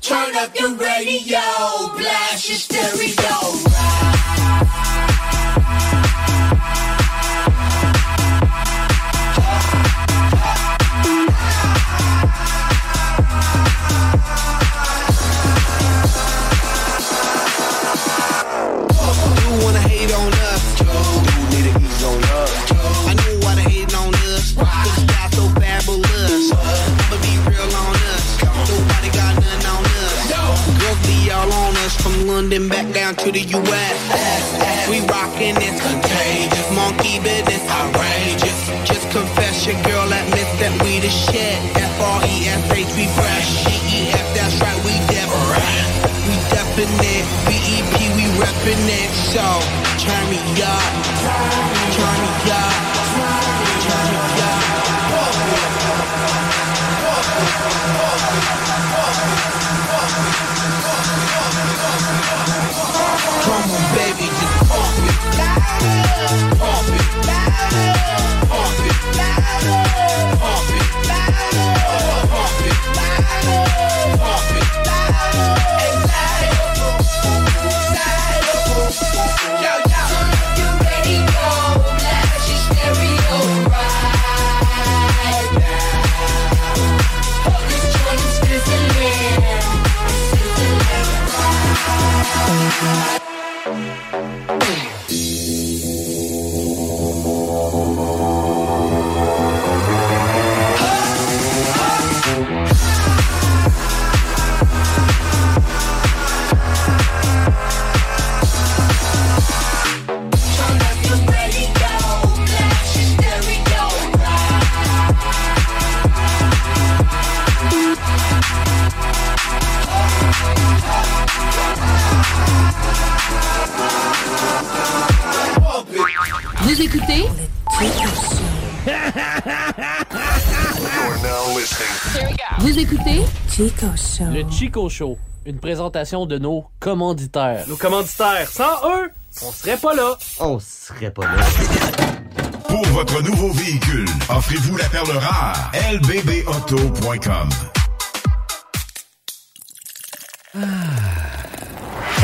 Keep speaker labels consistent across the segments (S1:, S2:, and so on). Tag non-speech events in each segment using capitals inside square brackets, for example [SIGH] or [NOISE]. S1: Turn up your radio, blast your stereo.
S2: You wanna hate on us, you need to ease on us. I know why they hating on us, cause it's not so fabulous. I'ma be real on us, nobody got nothing on us. Girls be all on us, from London back down to the U.S. We rockin', it's contagious, monkey business outrageous. Just confess your girl admits that we the shit. F-R-E-S-H, we fresh. E-E-F, that's right, we different. We deppin' it, B-E-P, we reppin' it. So, turn me up, turn me up, turn me up. Come on, baby, just pump it. Pump it. Pump it. Pump it. Pump it. Pump it.
S3: Vous écoutez Vous écoutez Chico Show.
S4: Le Chico Show, une présentation de nos commanditaires. Nos commanditaires, sans eux, on serait pas là. On serait pas là.
S5: Pour votre nouveau véhicule, offrez-vous la perle rare. lbbauto.com.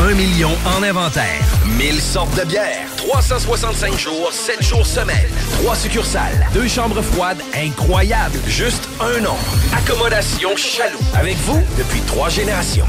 S6: Un million en inventaire. 1000 sortes de bières. 365 jours, 7 jours semaine. 3 succursales. 2 chambres froides incroyables. Juste un nom. Accommodation Chaloux. Avec vous depuis 3 générations.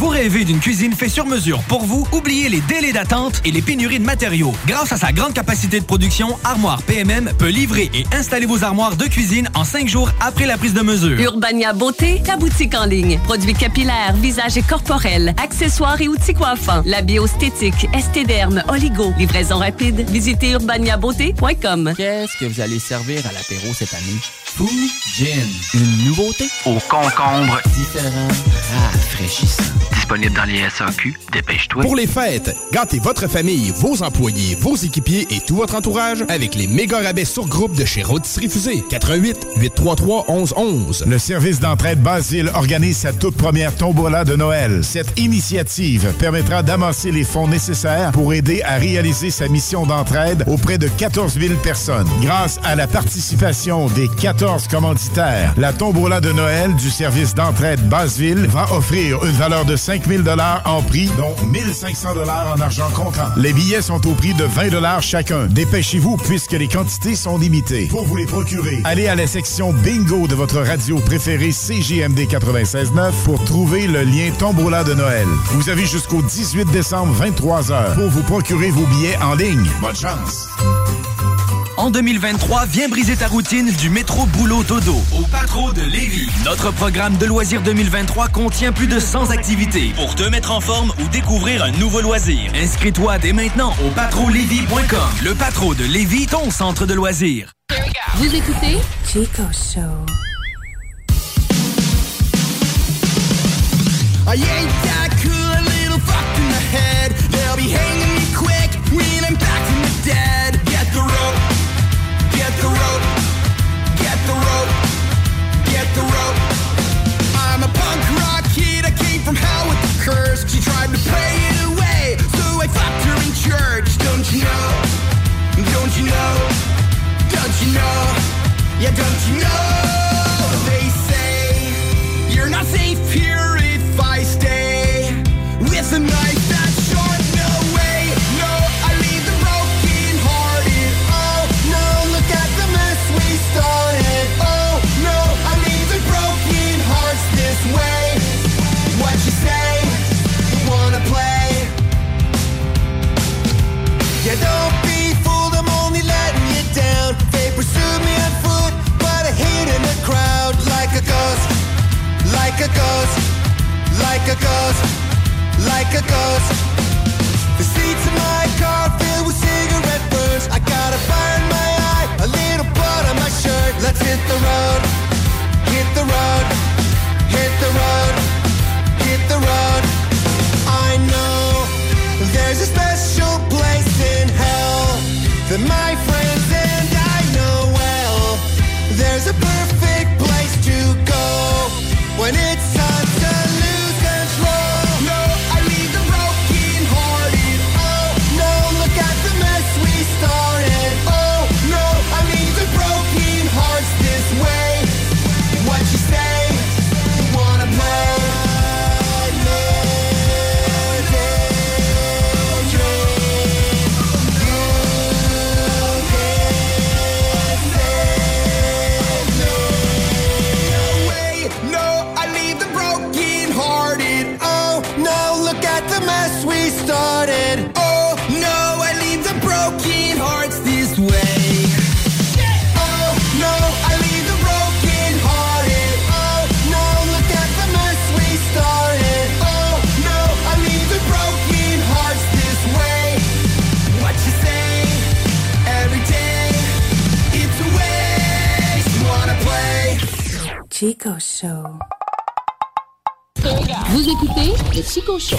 S7: Vous rêvez d'une cuisine faite sur mesure pour vous? Oubliez les délais d'attente et les pénuries de matériaux. Grâce à sa grande capacité de production, Armoire PMM peut livrer et installer vos armoires de cuisine en cinq jours après la prise de mesure.
S3: Urbania Beauté, ta boutique en ligne. Produits capillaires, visage et corporels, accessoires et outils coiffants. La bioesthétique, estéderme, oligo. Livraison rapide. Visitez urbaniabeauté.com.
S8: Qu'est-ce que vous allez servir à l'apéro cette année? Gin. Une nouveauté? Au
S9: concombre.
S8: Différent. Rafraîchissant.
S9: Disponible dans les SAQ, dépêche-toi.
S10: Pour les fêtes, gâtez votre famille, vos employés, vos équipiers et tout votre entourage avec les méga rabais sur groupe de chez Rôtisserie Fusée. 88 833 1111.
S5: Le service d'entraide Basile organise sa toute première tombola de Noël. Cette initiative permettra d'amasser les fonds nécessaires pour aider à réaliser sa mission d'entraide auprès de 14 000 personnes. Grâce à la participation des 14 commanditaires, la tombola de Noël du service d'entraide Basseville va offrir une valeur de 5 000 en prix, dont 1 500 en argent comptant. Les billets sont au prix de 20 chacun. Dépêchez-vous puisque les quantités sont limitées. Pour vous les procurer, allez à la section bingo de votre radio préférée CGMD 96.9 pour trouver le lien Tombola de Noël. Vous avez jusqu'au 18 décembre 23 heures pour vous procurer vos billets en ligne. Bonne chance!
S7: En 2023, viens briser ta routine du métro boulot dodo au patro de Lévis. Notre programme de loisirs 2023 contient plus de 100 activités pour te mettre en forme ou découvrir un nouveau loisir. Inscris-toi dès maintenant au patrolevis.com. Le patro de Lévis, ton centre de loisirs.
S11: Vous écoutez Chico Show.
S2: I ain't that cool, a little fucked in the head. They'll be hanging me quick when I'm back from the dead. Get the rope, get the rope, get the rope, get the rope. I'm a punk rock kid, I came from hell with a curse. She tried to pray it away, so I fucked her in church. Don't you know? Don't you know? Don't you know? Yeah, don't you know? They say you're not safe here if I stay with a knife that's short. No way, no, I leave the broken hearted. Oh no, look at the mess we started. Oh no, I'm leaving broken hearts this way. What you say? You wanna play? Yeah, don't be fooled, I'm only letting you down. They pursued me on foot, but I hid in the crowd like a ghost, like a ghost, like a ghost, like a ghost. The seats in my car filled with cigarette burns. I got a fire in my eye, a little blood on my shirt. Let's hit the road, hit the road, hit the road, hit the road. I know. There's a special place in hell that my friends and I know well. There's a perfect place to go when it's time to lose control. No, I leave the broken hearted. Oh no, look at the mess we started. Oh no, I leave the broken hearts this way. What you say? You wanna play? No, I leave the broken hearted. Oh no, look at the mess we started. Oh no, I leave the broken hearts this way. Oh no, I leave the broken hearted. Oh no, look at the mess we started. Oh no, I leave the broken hearts this way. What you say? Every day, it's a waste. You wanna play?
S11: Chico Show. Vous écoutez le Chico Show.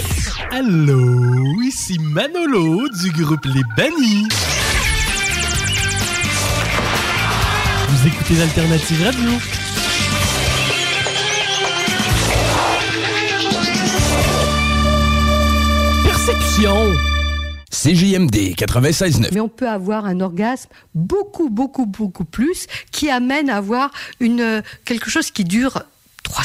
S12: Allô, ici Manolo du groupe Les Bannis. Vous écoutez l'Alternative Radio.
S4: Perception.
S6: CJMD 96.9.
S13: Mais on peut avoir un orgasme beaucoup, beaucoup, beaucoup plus qui amène à avoir une, quelque chose qui dure
S14: trois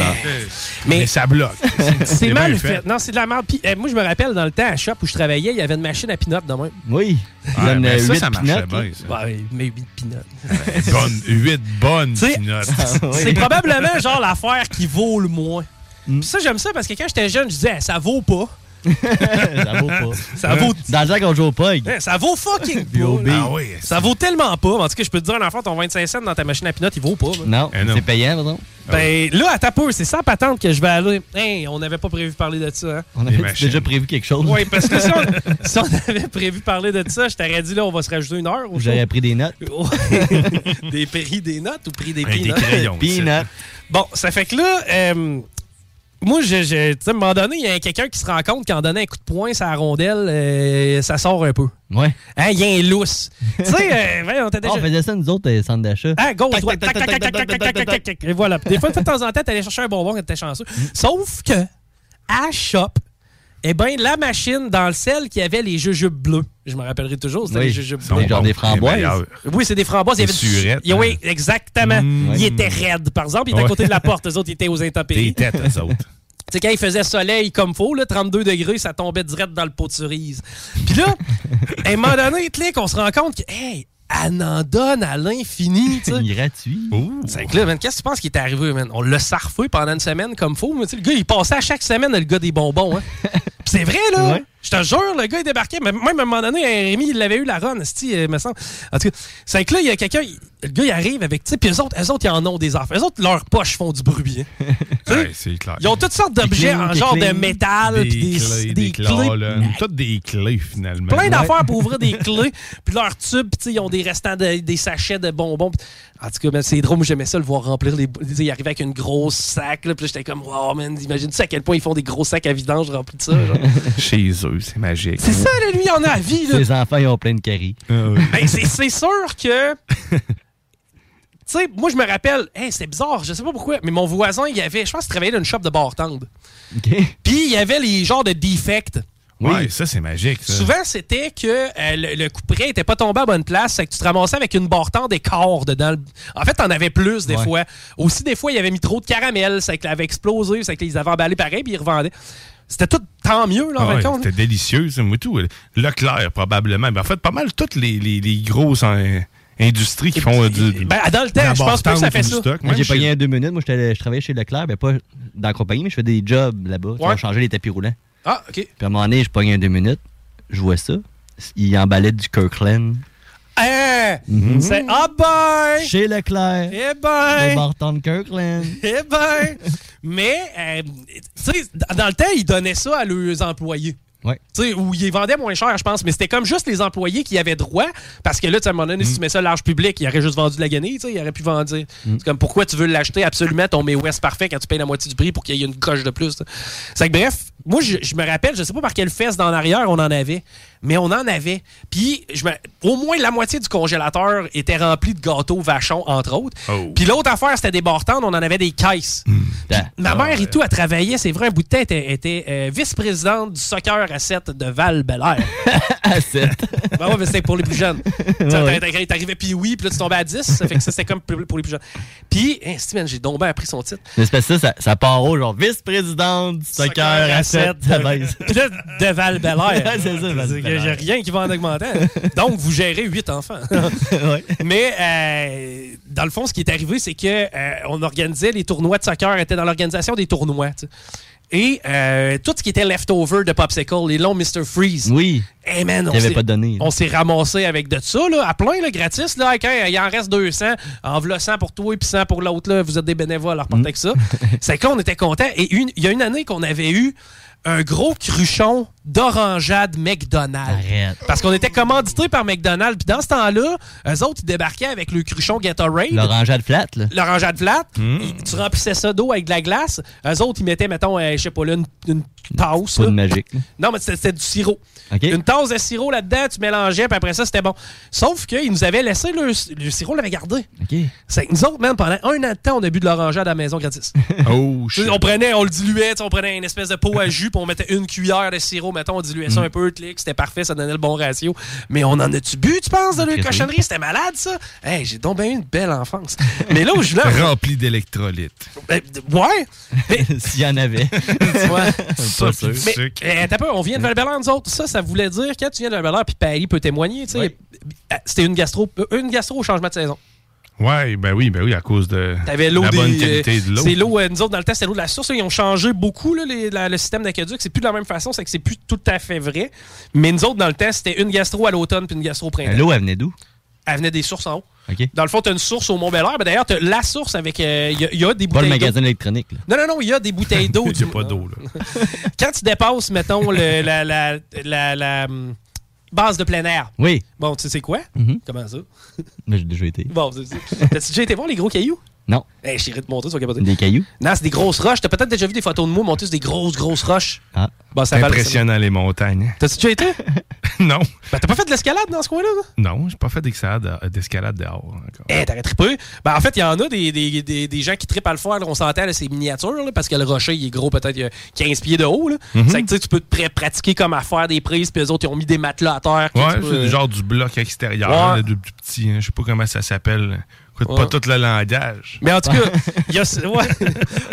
S12: Mais, ça bloque.
S4: [LAUGHS] c'est
S12: bien
S4: mal fait. Non, c'est de la merde. Puis, euh, moi, je me rappelle dans le temps à shop où je travaillais, il y avait une machine à pinottes de même.
S13: Oui.
S12: Ouais,
S13: Donne,
S12: Ah, mais
S13: euh,
S12: ça,
S13: huit
S12: ça marchait
S13: pinottes, là.
S12: bien, ça.
S4: Ouais, mais 8 pinottes.
S12: Bonne, huit bonnes
S4: T'sais,
S12: pinottes.
S13: Ah,
S12: [LAUGHS]
S4: C'est probablement genre l'affaire qui vaut le moins.
S13: Mm.
S4: Puis ça, j'aime ça parce que quand j'étais jeune, je disais, Eh, ça vaut pas.
S13: [LAUGHS] ça vaut pas.
S4: Ça vaut-
S13: Dans le genre, on joue au pog.
S4: Eh, Ça
S12: [LAUGHS]
S4: vaut fucking pas.
S13: B.O.B.
S4: là.
S13: Ah oui.
S4: Ça vaut tellement pas. En tout cas, je peux te dire, un enfant, ton 25 cents dans ta machine à pinottes, il vaut pas. là.
S12: Eh
S13: Non, c'est payant, pardon.
S4: Ben là, à ta peur, c'est sans patente que je vais aller. Hey, on n'avait pas prévu de parler de ça. Hein?
S13: On avait déjà prévu quelque chose.
S4: Oui, parce que si
S13: [LAUGHS]
S4: on, [LAUGHS] si on avait prévu de parler de ça, je t'aurais dit là, on va se rajouter une heure. au
S13: J'avais
S4: show.
S13: pris des notes.
S4: [LAUGHS] des prix des notes ou prix des
S13: Ouais, des
S4: peanuts?
S13: crayons, Peanuts. ça.
S4: Bon, ça fait que là, euh, moi, je, je- tu sais, à un moment donné, il y a quelqu'un qui se rend compte qu'en donnant un coup de poing sur la rondelle, euh, ça sort un peu.
S13: Ouais. Ah,
S4: Hein, il y a un lousse. tu sais, euh, ouais, on t'a déjà...
S13: On faisait ça, nous autres, les centres d'achat. [LAUGHS]
S4: Ah, gauche, droite,
S13: tac,
S4: tac, tac, tac, tac, tac, tac, tac, tac, tac. Et voilà. Des fois, de temps en temps, t'allais chercher un bonbon quand t'étais chanceux. Sauf que, à Shop, eh ben, la machine dans le sel qui avait les jujubes bleus. Je me rappellerai toujours, c'était
S13: Oui.
S4: les jujubes
S13: C'est
S4: bleus.
S13: genre des framboises. Les meilleurs.
S4: Oui, c'est des framboises. Il y
S13: Des
S4: avait du-
S13: surettes, hein. Mm.
S4: Il- Oui, exactement.
S13: ouais.
S4: Ils étaient raides, par exemple. Ils étaient à côté de la porte. Eux autres, ils étaient aux intempéries.
S12: Des têtes, eux autres.
S4: Tu sais, quand il faisait soleil comme faux, là, 32 degrés, ça tombait direct dans le pot de cerise. Puis là, à un moment donné, clic, on se rend compte que, hey, elle en donne à l'infini, tu sais.
S13: Gratuit.
S4: C'est que là, man, qu'est-ce que tu penses qui est arrivé, man? On l'a sarfé pendant une semaine comme faux, mais tu sais, le gars, il passait à chaque semaine le gars des bonbons, hein. Puis c'est vrai, là. Je te jure, le gars est débarqué. Mais Même à un moment donné, hein, Rémi, il l'avait eu la run, c'ti, euh, me semble. En tout cas, c'est que là, il y a quelqu'un. il- Le gars, il arrive avec. tu sais, Puis eux autres, eux autres, ils en ont des affaires. Eux autres, leurs poches font du bruit. hein.
S12: Ouais, c'est clair.
S4: Ils ont toutes sortes
S12: Des clés,
S4: d'objets en
S12: des
S4: genre
S12: clés,
S4: de métal,
S12: des,
S4: puis des,
S12: clés, des,
S4: des
S12: clés,
S4: clés,
S12: là, toutes des clés finalement.
S4: plein
S12: Ouais.
S4: d'affaires pour [LAUGHS] ouvrir des clés, puis leurs tubes, puis tu sais, ils ont des restants de- des sachets de bonbons. puis- En tout cas, ben, c'est drôle, moi, j'aimais ça le voir remplir les. tu sais, Il arrivait avec une grosse sac, là, puis là, j'étais comme, wow, man, imagine-tu à quel point ils font des gros sacs à vidange remplis de ça. genre.
S12: Chez eux, c'est magique.
S4: [LAUGHS] c'est ça, là, lui, il en a à vie, là.
S13: Les enfants, ils ont plein de caries. [LAUGHS]
S4: Ben, c'est c'est sûr que. [LAUGHS] Tu sais, moi, je me rappelle, hey, c'était bizarre, je sais pas pourquoi, mais mon voisin, il avait, je pense qu'il travaillait dans une shop de bartende. Puis il y avait les genres de defects.
S12: Ouais, ça c'est magique. ça.
S4: Souvent, c'était que euh, le, le coup près était pas tombé à bonne place, c'est que tu te ramassais avec une bartende des corps dedans. le- En fait, t'en avais plus des
S12: Ouais.
S4: fois. Aussi, des fois, il y avait mis trop de caramel, c'est qu'il avait explosé, c'est qu'ils avaient emballé pareil, puis ils revendaient. C'était tout tant mieux, là, en
S12: Ah ouais,
S4: fin de compte.
S12: c'était délicieux, ça, moi, tout. Leclerc, probablement. Mais en fait, pas mal toutes les, les- les grosses euh, industries qui font euh, du. du-
S4: Ben, dans le
S12: de la
S4: temps, je pense pas que ça
S12: bartende
S4: fait
S12: ou du
S4: ça.
S12: stock.
S13: Moi,
S12: Même
S13: j'ai
S12: chez-
S13: payé un deux minutes. Moi, j'étais allé- je travaillais chez Leclerc, ben pas dans la compagnie, mais je fais des jobs là-bas. Tu
S4: Ouais.
S13: vois, On changeait les tapis roulants.
S4: Ah, OK.
S13: Puis à un moment donné, je pognais un deux minutes. Je vois ça. Il emballait du Kirkland.
S4: Hein?
S13: Mhm.
S4: C'est ah ben!
S13: Chez Leclerc.
S4: Eh
S13: Le
S4: ben!
S13: Barton Kirkland.
S4: Eh ben! Mais, euh, tu sais, dans- dans le temps, ils donnaient ça à leurs employés.
S13: Ouais.
S4: Tu sais, où ils les vendaient moins cher, je pense. Mais c'était comme juste les employés qui avaient droit. Parce que là, tu sais, à un moment donné, si tu mets ça large public, ils auraient juste vendu de la guenille, tu sais, ils auraient pu vendre. C'est comme pourquoi tu veux l'acheter absolument ton May West parfait quand tu payes la moitié du prix pour qu'il y ait une coche de plus. tu sais. C'est que bref, moi, je, je me rappelle, je sais pas par quelle fesse dans l'arrière on en avait, mais on en avait. Puis, je me- au moins la moitié du congélateur était rempli de gâteaux vachons, entre autres.
S13: Oh.
S4: Puis l'autre affaire, c'était des bartendes, on en avait des caisses.
S13: Hmm.
S4: Puis
S13: Ah,
S4: Ma mère et tout, elle travaillait, c'est vrai, un bout de temps, elle était, était, euh, vice-présidente du soccer à 7 de Val-Belair.
S13: [LAUGHS] à 7.
S4: [LAUGHS] Ben ouais, mais c'était pour les plus
S13: [LAUGHS]
S4: jeunes. Tu sais,
S13: Ouais.
S4: t'arri- T'arrivais, puis oui, puis là, tu tombais à 10. Ça fait que ça, c'était comme pour pour les plus jeunes. Puis, hein, c'est-tu, man, j'ai donc bien appris son titre.
S13: Mais c'est parce que ça, ça, ça part haut, genre vice-présidente du soccer à 7. Ça baisse.
S4: Puis là, de val
S13: [LAUGHS] Ouais, c'est ça, Val-Belair.
S4: J'ai rien qui va en augmentant. Donc, vous gérez huit
S13: [LAUGHS]
S4: enfants. [LAUGHS] Mais euh, dans le fond, ce qui est arrivé, c'est que euh, on organisait les tournois de soccer, on était dans l'organisation des tournois. tu sais. Et euh, tout ce qui était leftover de Popsicle, les longs Mr. Freeze.
S13: Oui.
S4: Hey man, on
S13: Qu'il avait
S4: s'est-
S13: pas donné, là.
S4: On s'est ramassé avec de ça, là, à plein, là, gratis. Là, Hey, hey, il en reste 200. En v'là 100 pour toi et puis 100 pour l'autre. là. Vous êtes des bénévoles, alors
S13: Mm.
S4: partez
S13: [LAUGHS]
S4: avec ça. c'est qu'on était contents. Et une- il y a une année qu'on avait eu un gros cruchon d'orangeade McDonald's.
S13: Arrête.
S4: Parce qu'on était commandité par McDonald's. Puis dans ce temps-là, eux autres, ils débarquaient avec le cruchon Gatorade.
S13: L'orangeade flat, là. Hmm.
S4: L'orangeade flat, il- tu remplissais ça d'eau avec de la glace. Eux autres, ils mettaient, mettons, euh, je sais pas là, une, une tasse.
S13: Pas de
S4: là.
S13: magique. là.
S4: Non, mais c'était c'était du sirop.
S13: OK.
S4: Une tasse de sirop là-dedans, tu mélangeais, puis après ça, c'était bon. Sauf qu'ils nous avaient laissé le, le sirop, on l'avait gardé.
S13: OK.
S4: C'est que nous autres, même pendant un an de temps, on a bu de l'orangeade à la maison gratis.
S12: Oh,
S4: Tu sais, on prenait, on le diluait, tu sais, on prenait une espèce de pot à jus, puis on mettait une cuillère de sirop, mettons, on diluait
S12: Mm.
S4: ça un peu, clic, c'était parfait, ça donnait le bon ratio. Mais on en a-tu bu, tu penses, de la
S12: Très
S4: cochonnerie? C'était malade, ça? Hey, j'ai donc bien eu une belle enfance. Mais là où je voulais...
S12: Rempli d'électrolytes.
S4: Ben, ouais! Mais,
S13: [LAUGHS] S'il y
S4: [LAUGHS]
S13: en avait.
S4: Ouais.
S12: Pas sûr.
S4: Mais,
S12: Sucre.
S4: eh, t'as peur, on vient de Val-Belair, nous autres. Ça, ça voulait dire, quand tu viens de Val-Belair, puis Paris peut témoigner, tu sais, eh, c'était une gastro, une gastro au changement de saison.
S12: Ouais, ben oui, ben oui, à cause de
S4: T'avais l'eau
S12: la
S4: des.
S12: bonne qualité de
S4: euh,
S12: l'eau.
S4: C'est l'eau, euh, nous autres, dans le temps, c'était l'eau de la source. là. Ils ont changé beaucoup là, les- la- le système d'aqueduc. C'est plus de la même façon, c'est que c'est plus tout à fait vrai. Mais nous autres, dans le temps, c'était une gastro à l'automne puis une gastro au printemps.
S13: Euh, L'eau, elle venait d'où?
S4: Elle venait des sources en haut.
S13: OK.
S4: Dans le fond, t'as une source au Mont-Belair. Ben, D'ailleurs, t'as la source avec. euh, Il y, a- il y a des
S13: Pas le
S4: bouteilles.
S13: magasin
S4: d'eau.
S13: électronique, là.
S4: Non, non, non, il y a des bouteilles
S13: [LAUGHS]
S4: d'eau.
S12: Il y a
S4: du-
S12: pas d'eau, Oh, là.
S4: Quand tu dépasses, mettons, le- la, la- la- la, hum, base de plein air.
S13: Oui.
S4: Bon, tu sais quoi?
S13: Mhm.
S4: Comment ça?
S13: Mais j'ai déjà été.
S4: Bon, c'est- c'est- t'as-tu déjà été voir les gros cailloux?
S13: Non.
S4: Hey, je t'ai te montrer, tu vas capoter.
S13: Des cailloux?
S4: Non, c'est des grosses roches. T'as peut-être déjà vu des photos de moi monter sur des grosses, grosses roches.
S13: Ah.
S4: Bon,
S12: C'est
S4: valait-
S12: impressionnant, les montagnes.
S4: T'as-tu déjà été?
S12: [LAUGHS] non.
S4: Ben, t'as pas fait de l'escalade dans ce coin-là? là?
S12: Non, j'ai pas fait d'escalade euh, d'escalade dehors encore.
S4: Eh, t'aurais trippé. Ben, en fait, il y en a des, des, des, des gens qui trippent à le faire. là. On s'entend, là, c'est miniature, là, parce que le rocher, il est gros, peut-être euh, 15 pieds de haut. là.
S12: Mhm.
S4: C'est que tu sais, tu peux te pr- pratiquer comme à faire des prises, puis eux autres, ils ont mis des matelas à terre. que
S12: Ouais,
S4: tu peux-
S12: c'est du genre du bloc extérieur,
S4: Ouais.
S12: là, du, du petit, hein, je sais pas comment ça s'appelle. Écoute,
S4: Ouais.
S12: pas tout le langage.
S4: Mais en tout
S12: [LAUGHS]
S13: [LAUGHS]
S4: cas, il y a. ce- Ouais.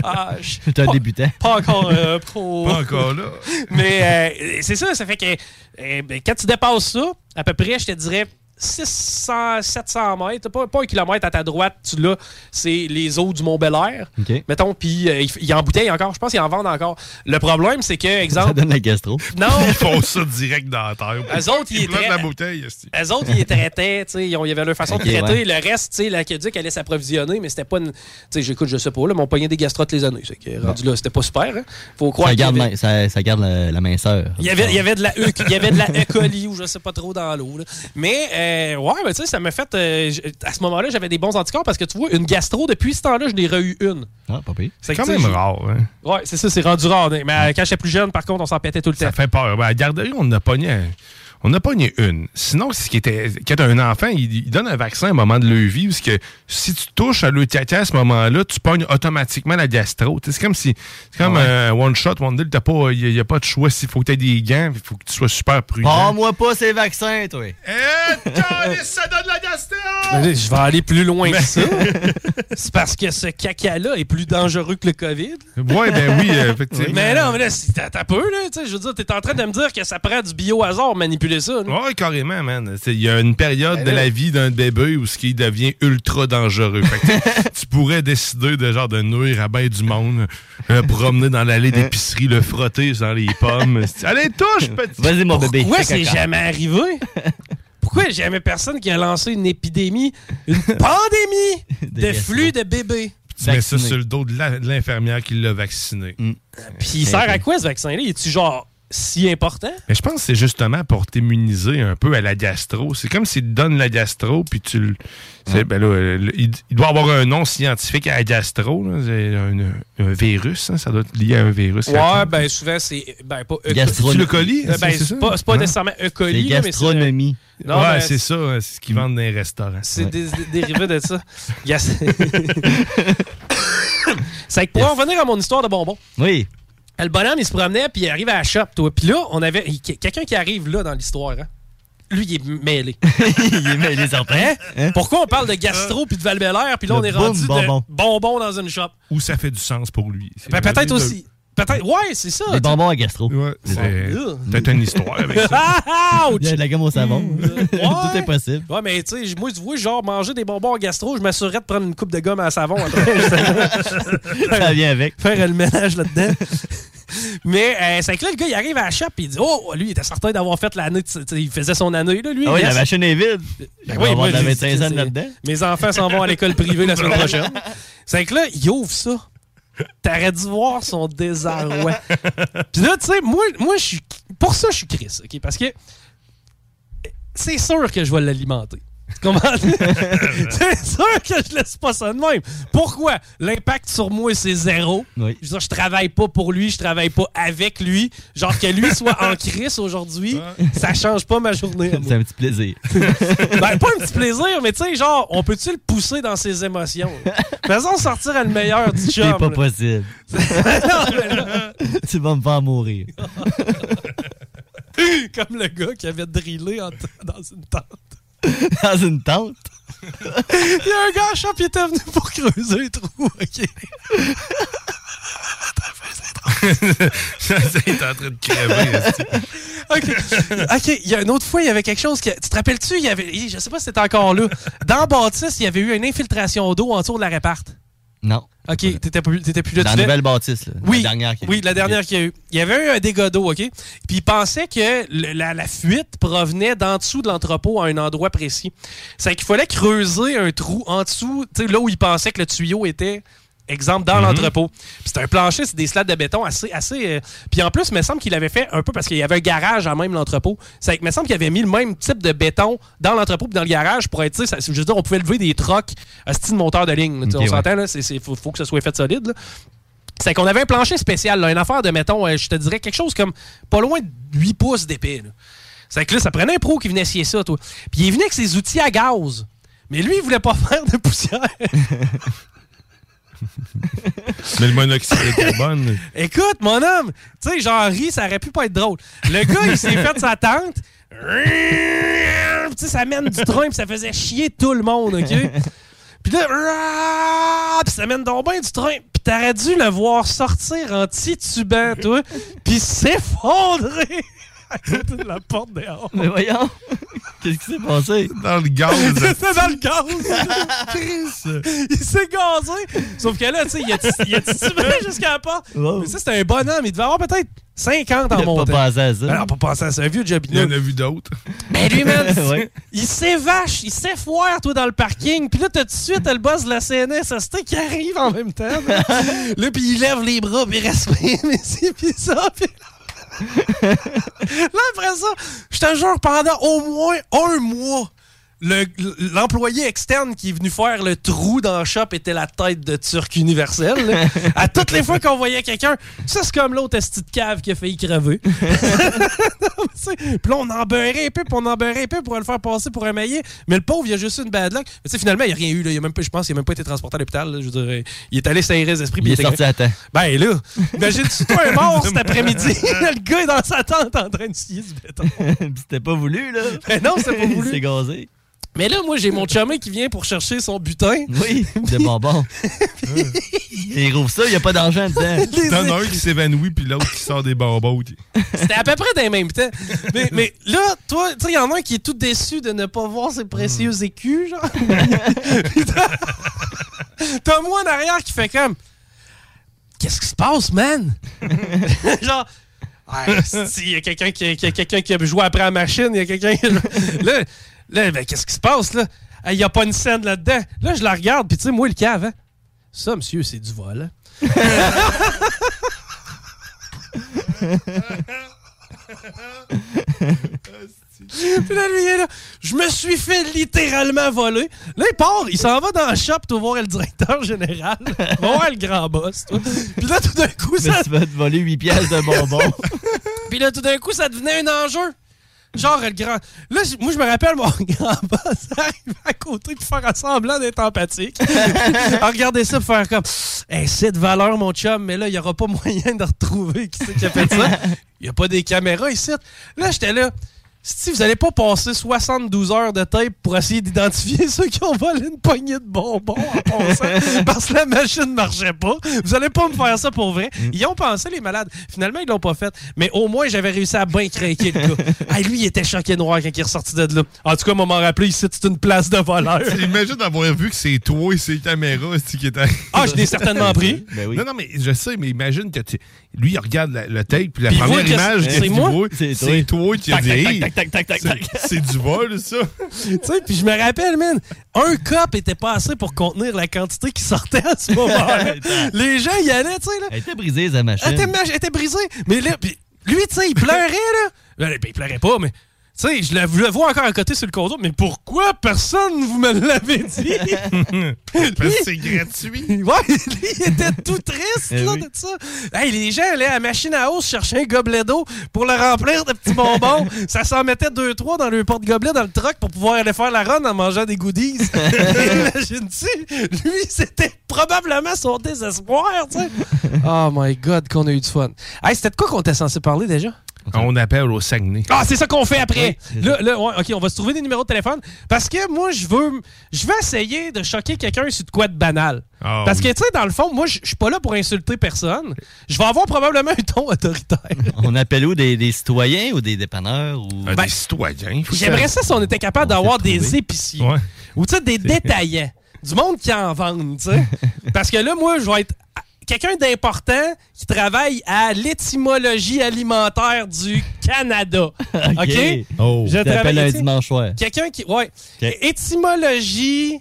S4: Ah, je-
S12: T'es un
S4: pas-
S12: débutant.
S4: Pas encore euh, pro.
S12: Pas encore
S4: [LAUGHS]
S12: là.
S4: Mais euh, c'est ça, ça fait que euh, ben, quand tu dépasses ça, à peu près, je te dirais 600, 700 mètres, pas, pas un kilomètre à ta droite, tu l'as, c'est les eaux du Mont-Bel-Air.
S13: OK.
S4: Mettons, puis euh, ils- ils embouteillent encore. Je pense qu'ils en vendent encore. Le problème, c'est que, exemple.
S13: Ça donne la gastro.
S4: Non!
S12: Ils font ça direct dans la terre.
S4: Eux autres, ils
S12: plongent
S4: étaient-
S12: la bouteille. esti.
S4: Eux autres, ils les traitaient, tu sais, ils ont- il y avait leur façon
S12: Ok,
S4: de
S12: ouais.
S4: traiter. Le reste, tu sais, l'aqueduc allait s'approvisionner, mais c'était pas une. Tu sais, j'écoute, je sais pas, là, mon poignet des gastrotes les années. C'est que, rendu là, c'était pas super. hein. Faut croire
S13: Ça
S4: qu'il y
S13: garde,
S4: avait-
S13: main- ça, ça garde la, la minceur.
S4: il y, avait, il y avait de la E- il y avait de la E. coli ou je sais pas trop dans l'eau. là. Mais euh, ouais, mais tu sais, ça m'a fait. euh, j- à ce moment-là, j'avais des bons anticorps parce que tu vois, une gastro, depuis ce temps-là, je n'ai re-eu une.
S13: Ah, pas pire.
S12: C'est
S4: C'est que,
S12: quand
S4: tu sais,
S12: même
S4: je-
S12: rare. Hein?
S4: Ouais, c'est ça, c'est rendu rare. Mais euh, quand j'étais plus jeune, par contre, on s'en pétait tout le temps.
S12: Ça fait peur. Ben, à la garderie, on n'a pogné. On a pogné une. Sinon, ce qui était, quand t'as un enfant, il, il donne un vaccin au moment de le vie, parce que si tu touches à l'euthiatia à ce moment-là, tu pognes automatiquement la gastro. Tu sais, C'est comme si, c'est comme euh, one shot, one deal, t'as pas, il n'y a, pas de choix. S'il faut que t'aies des gants, il faut que tu sois super prudent.
S13: Prends-moi pas ces vaccins, toi.
S12: Eh, ça donne la gastro!
S4: Mais Je vais aller plus loin que ça. c'est parce que ce caca-là est plus dangereux que le COVID.
S12: Ouais, ben
S4: [LAUGHS]
S12: oui, euh, effectivement.
S4: Mais non, mais là, c'est- t'as t'as peu, là. tu sais, Je veux dire, t'es en train de me dire que ça prend du biohazard manipuler ça. là.
S12: Ouais, carrément, man. C'est- Il y a une période
S4: Ben
S12: de
S4: là.
S12: la vie d'un bébé où ce qui devient ultra dangereux. Fait que [LAUGHS] tu- tu pourrais décider de genre de nuire à ben du monde, le promener dans l'allée
S13: Hein?
S12: d'épicerie, le frotter dans les
S13: [LAUGHS]
S12: pommes. C'est- Allez, touche, petit!
S13: Vas-y, mon bébé.
S4: Pourquoi c'est jamais arrivé? Pourquoi il y a jamais personne qui a lancé une épidémie,
S13: [LAUGHS]
S4: une pandémie de
S12: gastro.
S4: flux de bébés?
S12: Tu mets ça sur le dos de la- de l'infirmière qui l'a vacciné.
S13: Mm.
S4: Puis il sert à quoi ce vaccin-là? Il est-tu genre si important?
S12: Mais je pense que c'est justement pour t'immuniser un peu à la gastro. C'est comme s'il te donne la gastro, puis tu le. c'est- ben là, euh, le- il, il doit avoir un nom scientifique à la gastro. là. C'est un, un virus, hein. ça doit être lié à un virus.
S4: Ouais, ben souvent c'est. Ben pas. E.
S12: Gastronomie. C'est le colis?
S4: Euh, Ben,
S12: C'est- c'est ça?
S4: c'est pas, c'est pas
S12: Hein?
S4: nécessairement E. coli. là, mais c'est- Non,
S12: ouais,
S4: ben,
S12: c'est ça, hein, c'est ce qu'ils vendent dans les restaurants.
S4: C'est
S12: [LAUGHS]
S4: des, des- dérivés de ça. Yes. [COUGHS] c'est que pour en revenir à mon histoire de bonbons.
S13: Oui.
S4: Le bonhomme, il se promenait, puis il arrive à la shop, toi. Puis là, on avait il- quelqu'un qui arrive là dans l'histoire. hein. Lui, il est
S12: [LAUGHS]
S4: mêlé. Hein?
S13: il est mêlé, certain.
S4: Pourquoi on parle de gastro puis de val puis là,
S12: Hein? Le
S4: on est
S12: boom
S4: rendu
S12: bonbon.
S4: de bonbons dans une shop?
S12: Ou ça fait du sens pour lui. C'est-
S4: Ben, peut-être
S12: de-
S4: aussi. Peut-être. Ouais, c'est ça.
S12: Des
S4: Tu-
S13: bonbons à gastro.
S12: Ouais, c'est
S4: Ugh.
S12: peut-être une histoire avec ça.
S4: [LAUGHS] Ouch! Mm.
S13: Il y a de la gomme au [LAUGHS] savon. Tout est possible.
S4: Ouais, mais tu sais, moi, tu vois, genre, manger des bonbons en gastro, je m'assurerais de prendre une coupe de gomme à savon.
S13: [LAUGHS]
S4: après.
S13: Ça vient avec. Ah
S4: Faire le ménage là-dedans. Mais euh, c'est que là, le gars, il arrive à la shop et il dit Oh, lui, il était certain d'avoir fait l'année. tu sais, Il faisait son année, là, lui.
S13: Ah oui,
S4: Yes.
S13: la machine est vide.
S4: Ben
S13: [LAUGHS] Il va
S4: oui,
S13: avoir
S4: moi,
S13: de la
S4: j'ai dit,
S13: 25 ans
S4: c'est-
S13: là-dedans.
S4: Mes enfants s'en vont à l'école privée la semaine
S13: [LAUGHS]
S4: prochaine. C'est que là, il ouvre ça. T'aurais dû voir son désarroi. Puis là, tu sais, moi, moi je suis. Pour ça, je suis Chris, OK? Parce que c'est sûr que je vais l'alimenter. Tu
S13: [LAUGHS]
S4: comprends? c'est sûr que je laisse pas ça de même. Pourquoi? L'impact sur moi, c'est zéro.
S13: Oui.
S4: Je veux dire, je travaille pas pour lui, je travaille pas avec lui. Genre que lui soit en crise aujourd'hui, ça change pas ma
S13: [LAUGHS]
S4: journée. à moi.
S13: C'est un petit plaisir.
S4: [LAUGHS] Ben, pas un petit plaisir, mais tu sais, genre, on peut-tu le pousser dans ses
S13: [LAUGHS]
S4: émotions? là? Faisons sortir à le meilleur du chum.
S13: C'est
S4: là.
S13: pas possible.
S4: [LAUGHS] Non, mais là, [LAUGHS]
S13: tu vas me faire mourir.
S4: Comme le gars qui avait drillé en t- dans une tente.
S13: [LAUGHS] Dans une tente.
S4: [LAUGHS] Il y a un gars en shop, il était venu pour creuser un trou,
S13: [LAUGHS]
S4: ok? [LAUGHS]
S12: T'es en train de crever. esti.
S4: [LAUGHS] OK. OK. Il y a une autre fois, il y avait quelque chose que. Tu te rappelles-tu? Il y avait. Je sais pas si c'était encore là. Dans Baptiste, il y avait eu une infiltration d'eau en dessous de la réparte.
S13: Non.
S12: Ah,
S4: OK. T'étais plus, t'étais plus là.
S13: Dans la
S4: tu fais-
S13: nouvelle bâtisse, là.
S4: Oui,
S13: La dernière qui
S4: oui, la dernière qu'il y a eu. Il y avait eu un dégât d'eau, OK? Puis il pensait que le- la, la fuite provenait d'en dessous de l'entrepôt à un endroit précis. C'est qu'il fallait creuser un trou en dessous, tu sais, là où il pensait que le tuyau était, exemple,
S13: Mm-hmm.
S4: dans l'entrepôt. Puis c'était un plancher, c'est des slats de béton assez... assez euh, Puis en plus, il me semble qu'il avait fait un peu, parce qu'il y avait un garage à même l'entrepôt, c'est qu'il me semble qu'il avait mis le même type de béton dans l'entrepôt puis dans le garage pour être, tu sais, ça- je veux dire, on pouvait lever des trocs à style monteur de ligne. là, tu sais,
S13: Ok,
S4: on
S13: ouais.
S4: s'entend, là, c'est- c'est- faut, faut que ce soit fait solide. là. C'est qu'on avait un plancher spécial, là, une affaire de, mettons, euh, je te dirais quelque chose comme pas loin de 8 pouces d'épée. là. C'est que là, ça prenait un pro qui venait scier ça, toi. Puis il est venu avec ses outils à gaz. Mais lui, il voulait pas [LAUGHS] faire de poussière.
S12: Mais le monoxyde de [LAUGHS] carbone.
S4: Écoute, mon homme, tu sais, genre, ri, ça aurait pu pas être drôle.
S13: [LAUGHS]
S4: Le gars, il s'est fait sa tente. Tu sais, ça mène du train, puis ça faisait chier tout le monde, OK? Puis là, rah, puis ça mène donc bien du train. Puis t'aurais dû le voir sortir en titubant, toi, puis s'effondrer. [LAUGHS] côté de la porte dehors.
S13: Mais voyons, qu'est-ce qui s'est passé?
S12: Dans le
S4: [LAUGHS]
S12: gaz.
S4: C'était dans le gaz. Chris. Il s'est gazé. Sauf que là, tu sais, il a ti- il a titubé [LAUGHS] jusqu'à la porte. Mais ça, c'était un bonhomme. Il devait avoir peut-être 50
S12: Il
S4: en
S12: a pas
S4: montant.
S12: pensé à ça.
S4: Ben non, pas pensé à ça. Un vieux
S12: Il y
S4: jobineux.
S12: en a vu d'autres.
S4: Mais Ben, lui, man,
S12: [LAUGHS] Ouais.
S4: il s'évache, il s'effoire, toi, dans le parking. Puis là, t'as tout de suite t'as le boss de la CNSST qui arrive en même temps. là, puis il lève les bras, puis il respire, [LAUGHS] mais c'est puis ça, puis là... [LAUGHS] Là, après ça, je te jure, pendant au moins un mois, le- l'employé externe qui est venu faire le trou dans le shop était la tête de Turc universel.
S13: [LAUGHS]
S4: là. À toutes les fois qu'on voyait quelqu'un, ça c'est comme l'autre esti de cave qui a failli
S13: [LAUGHS]
S4: crever. Non, mais tu sais, puis là, on en beurrait un peu, puis on en beurrait un peu pour le faire passer pour un maillet. Mais le pauvre, il a juste eu une bad luck. Mais tu sais, finalement, il a rien eu. Là. Il a même pas, je pense qu'il a même pas été transporté à l'hôpital. là. Je veux dire, euh, il est allé s'aérer les esprits. puis
S13: Il est
S4: était-
S13: sorti à temps.
S4: Ben là,
S13: [LAUGHS]
S4: imagine-tu, toi, un mort cet après-midi. le gars est dans sa tente en train de scier du béton.
S13: [LAUGHS] C'était pas voulu, là.
S4: Mais non, c'était
S13: [LAUGHS]
S4: pas voulu.
S13: C'est gazé.
S4: Mais là, moi, j'ai mon chumé qui vient pour chercher son butin.
S13: Oui,
S4: [LAUGHS]
S13: des bonbons. Il rouvre ça, il n'y a pas d'argent dedans.
S12: T'en as un qui s'évanouit, puis l'autre qui sort des bonbons.
S4: C'était à peu près dans les mêmes temps. Mais, mais là, toi, tu sais, il y en a un qui est tout déçu de ne pas voir ses précieux écus, genre. [LAUGHS] Puis t'as- T'as moi en arrière qui fait comme Qu'est-ce qui se passe, man? [LAUGHS] genre. Il y a quelqu'un qui, qui- quelqu'un qui a joué après la machine, il y a quelqu'un. là, là ben, qu'est-ce qui se passe, là? Il n'y a pas une scène là-dedans. Là, je la regarde, puis tu sais, moi, le cave, hein? Ça, monsieur, c'est du vol. hein. Ah, [LAUGHS] Puis là, lui, il est là. Je me suis fait littéralement voler. Là, il part, il s'en va dans le shop, toi, voir le directeur général. Va voir le grand boss, toi. Puis là, tout d'un coup, ça.
S13: Mais tu vas te voler 8 pièces de bonbons.
S4: Puis là, tout d'un coup, ça devenait un enjeu. Genre, le grand. Là, j- moi, je me rappelle, mon [LAUGHS] grand boss arrive à côté pour faire semblant d'être [LAUGHS] empathique. à regarder Ah, ça, pour faire comme. Hey, c'est de valeur, mon chum, mais là, il n'y aura pas moyen de retrouver qui c'est qui a fait ça. Il n'y a pas des caméras ici. Là, j'étais là. Si vous allez pas passer 72 heures de tape pour essayer d'identifier ceux qui ont volé une poignée de bonbons en [LAUGHS] passant parce que la machine ne marchait pas, vous allez pas me faire ça pour vrai. Ils ont pensé, les malades. Finalement, ils l'ont pas fait. Mais au moins, j'avais réussi à bien craquer le [LAUGHS] gars. Ah, lui, il était choqué noir quand il est ressorti de là. En tout cas, maman rappelé, ici, c'est une place de voleur.
S12: Imagine avoir vu que c'est toi et ses caméras c'est-tu, qui étaient.
S4: Ah, je l'ai certainement pris.
S12: Ben oui. Non, non, mais je sais, mais imagine que tu... lui, il regarde la- le tape, puis la
S4: Puis il voit
S12: première
S4: que
S12: image
S4: c'est-
S12: qu'il
S4: c'est
S12: dit,
S4: moi.
S12: oui,
S4: C'est
S12: c'est
S4: toi.
S12: toi qui a
S4: Tac,
S12: dit
S4: tac,
S12: hey,
S4: tac, tac, tac, tac,
S12: [LAUGHS]
S4: tac,
S12: c'est- C'est du vol, ça.
S4: tu sais, puis je me rappelle, man, un cop était pas assez pour contenir la quantité qui sortait à [LAUGHS] ce moment-là. les gens y allaient, tu sais, là.
S13: Elle était brisée, sa machine.
S4: Elle était, mach- elle était brisée. Mais là, puis lui, tu sais, il pleurait, là. Ben, ben, il pleurait pas, mais. Tu sais, je le, je le vois encore à côté sur le condo, mais pourquoi personne ne vous me l'avait dit?
S12: Parce
S4: [LAUGHS]
S12: que c'est
S4: gratuit. Mmh. [LAUGHS] Ouais, lui, il était tout triste,
S12: Eh
S4: là,
S12: oui.
S4: de ça. Hey, les gens allaient à la machine à hausse chercher un gobelet d'eau pour le remplir de
S12: [LAUGHS]
S4: petits bonbons. ça s'en mettait deux, trois dans le porte-gobelet dans le truck pour pouvoir aller faire la run en mangeant
S12: [LAUGHS]
S4: des goodies. Imagine-tu? Lui, c'était probablement son désespoir,
S12: [LAUGHS]
S4: tu sais. Oh my god, qu'on a eu du fun. Hey, c'était de quoi qu'on était censé parler déjà?
S12: On appelle au Saguenay.
S4: Ah, c'est ça qu'on fait après.
S12: Oui, c'est
S4: là, là, ouais, OK, on va se trouver des numéros de téléphone. Parce que moi, je veux je vais essayer de choquer quelqu'un sur de quoi de banal.
S12: Ah,
S4: parce que,
S12: oui.
S4: tu sais, dans le fond, moi, je je suis pas là pour insulter personne. Je vais avoir probablement un ton autoritaire.
S13: [LAUGHS] On appelle où des, des citoyens ou des dépanneurs? Ou...
S4: Ben,
S12: Euh, des citoyens.
S4: J'aimerais ça si on était capable d'avoir des épiciers. Ou, tu sais, des détaillants. Du monde qui en vendent, tu sais. parce que là, moi, je vais être quelqu'un d'important qui travaille à l'étymologie alimentaire du Canada. OK?
S13: Oh,
S4: Je
S13: je
S4: travaille,
S13: t'appelle un
S4: tu sais.
S13: dimanche soir.
S4: Quelqu'un qui. Ouais. Étymologie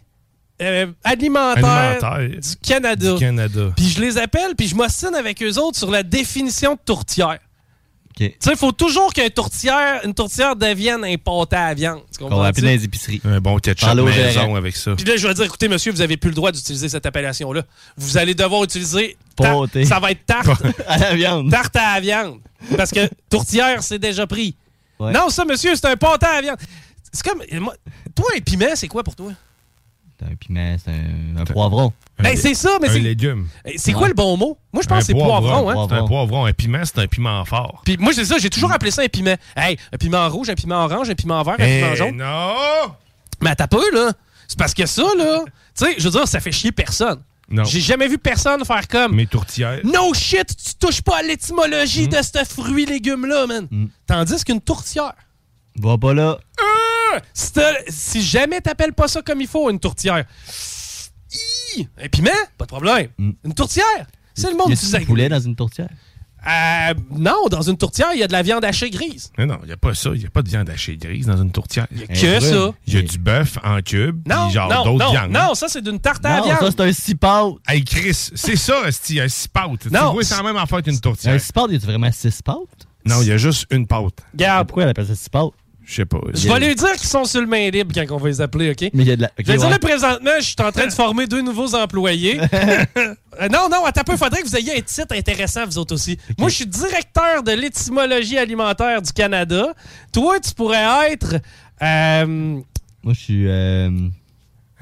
S4: euh, alimentaire,
S12: Alimentaire.
S4: du Canada.
S12: Du Canada.
S4: Puis je les appelle, puis je m'ostine avec eux autres sur la définition de tourtière.
S13: Tu
S4: sais, il faut toujours qu'une tourtière, une tourtière devienne un pâté à viande. Tu
S12: On
S4: comprends?
S12: va
S4: tu?
S12: appeler
S4: Puis
S12: les épiceries. Un bon ketchup
S13: Parle au
S12: maison
S13: gérant.
S12: avec ça.
S4: là, je vais dire, écoutez, monsieur, vous avez plus le droit d'utiliser cette appellation-là. Vous allez devoir utiliser. ta-
S12: Pâté.
S4: Ça va être tarte.
S13: [LAUGHS] à la viande.
S4: Tarte à la viande. Parce que tourtière, c'est déjà pris.
S13: Ouais.
S4: Non, ça, monsieur, c'est un pâté à la viande. C'est comme. moi- toi, un piment, c'est quoi pour toi?
S13: C'est un piment, c'est un, un poivron.
S4: Ben, c'est ça, mais
S12: un
S4: c'est-
S12: légume.
S4: Eh, C'est quoi le bon mot? Moi, je pense que c'est poivron. hein.
S12: C'est un poivron. Un piment, c'est un piment fort.
S4: Puis moi, c'est ça, j'ai toujours appelé ça un piment. Hey, un piment rouge, un piment orange, un piment vert, un
S12: Eh,
S4: piment jaune.
S12: Non!
S4: Mais t'as peu, là. C'est parce que ça, là. Tu sais, je veux dire, ça fait chier personne.
S12: Non.
S4: J'ai jamais vu personne faire comme.
S12: Mes tourtières.
S4: No shit, tu touches pas à l'étymologie
S13: Mm.
S4: de ce fruit légume là, man. Tandis qu'une tourtière.
S13: Va pas là.
S4: Euh, si t'as- si jamais t'appelles pas ça comme il faut, une tourtière. Hi! Un piment, pas de problème. Une tourtière. C'est le monde
S13: Mm. Y
S4: qui
S13: a-tu du poulet dans une tourtière?
S4: Euh, non, dans une tourtière, il y a de la viande hachée grise.
S12: Mais non, il n'y a pas ça. Il n'y a pas de viande hachée grise dans une tourtière. Il
S4: que Hey, vrai. ça.
S12: Il y a du bœuf en cube.
S4: Non,
S13: Ah,
S12: puis genre
S4: non,
S12: d'autres
S4: non,
S12: viandes.
S13: hein?
S4: non, ça c'est d'une tarte à la viande.
S12: c'est un cipote. Hey, Chris, c'est ça, c'est un cipote. Tu
S4: Non,
S12: vois, c'est la même affaire qu'une tourtière.
S13: Un cipote, y a-tu vraiment six pâtes?
S12: Non, il y a juste une pâte.
S4: Garde.
S13: Pourquoi elle appelle ça six pâtes?
S12: Je sais pas.
S4: Je vais lui dire qu'ils sont sur le main libre quand on va les appeler, OK?
S13: Mais il y a de la.
S4: Je vais
S13: ok,
S4: dire
S13: ouais.
S4: là présentement, je suis en train de former deux nouveaux
S13: [LAUGHS]
S4: employés. Euh, non, non, attends un peu, faudrait que vous ayez un titre intéressant, vous autres aussi. Moi, je suis directeur de l'étymologie alimentaire du Canada. Toi, tu pourrais être. euh,
S12: Moi, je suis.
S13: euh,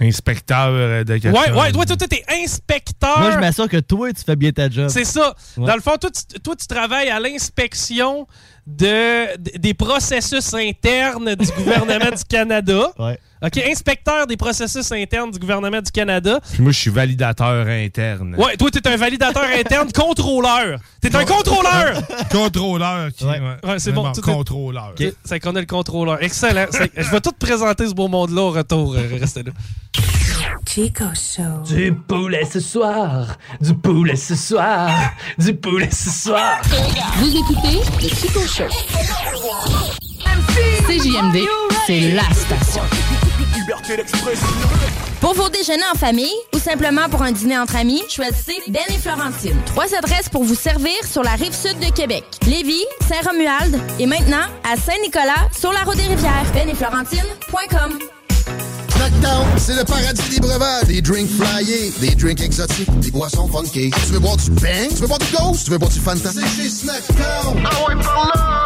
S12: Inspecteur euh, de quelque
S4: Ouais,
S12: chose.
S4: ouais, toi, toi, toi, t'es inspecteur.
S13: Moi, je m'assure que toi, tu fais bien ta job.
S4: C'est ça.
S13: Ouais.
S4: Dans le fond, toi, tu, toi, tu travailles à l'inspection de, d- des processus internes du gouvernement
S13: [LAUGHS]
S4: du Canada.
S13: Ouais.
S4: OK, inspecteur des processus internes du gouvernement du Canada.
S12: Puis moi, je suis validateur interne.
S4: Ouais, toi, t'es
S12: [LAUGHS]
S4: un validateur interne, contrôleur. T'es un contrôleur!
S12: Contrôleur. Qui, ouais.
S4: Ouais, c'est bon. tout est-
S12: Contrôleur.
S4: Ok, C'est qu'on a le contrôleur. Excellent. C'est- Je vais tout te présenter ce beau monde-là au retour. Euh, Restez là.
S11: Chico Show.
S15: Du poulet ce soir, du poulet ce soir, du poulet ce soir.
S11: Vous écoutez le Chico Show.
S16: CJMD, c'est la station.
S17: Pour vos déjeuners en famille ou simplement pour un dîner entre amis, choisissez Ben et Florentine. Trois adresses pour vous servir sur la rive sud de Québec. Lévis, Saint-Romuald et maintenant à Saint-Nicolas sur la route des rivières. Ben et Florentine.com.
S18: Snackdown, c'est le paradis des breuvages. Des drinks flyés, des drinks exotiques, des boissons funky. Tu veux boire du pain? Tu veux boire du ghost? Tu veux boire du fantasy? C'est chez Snackdown! Ah ouais, par là!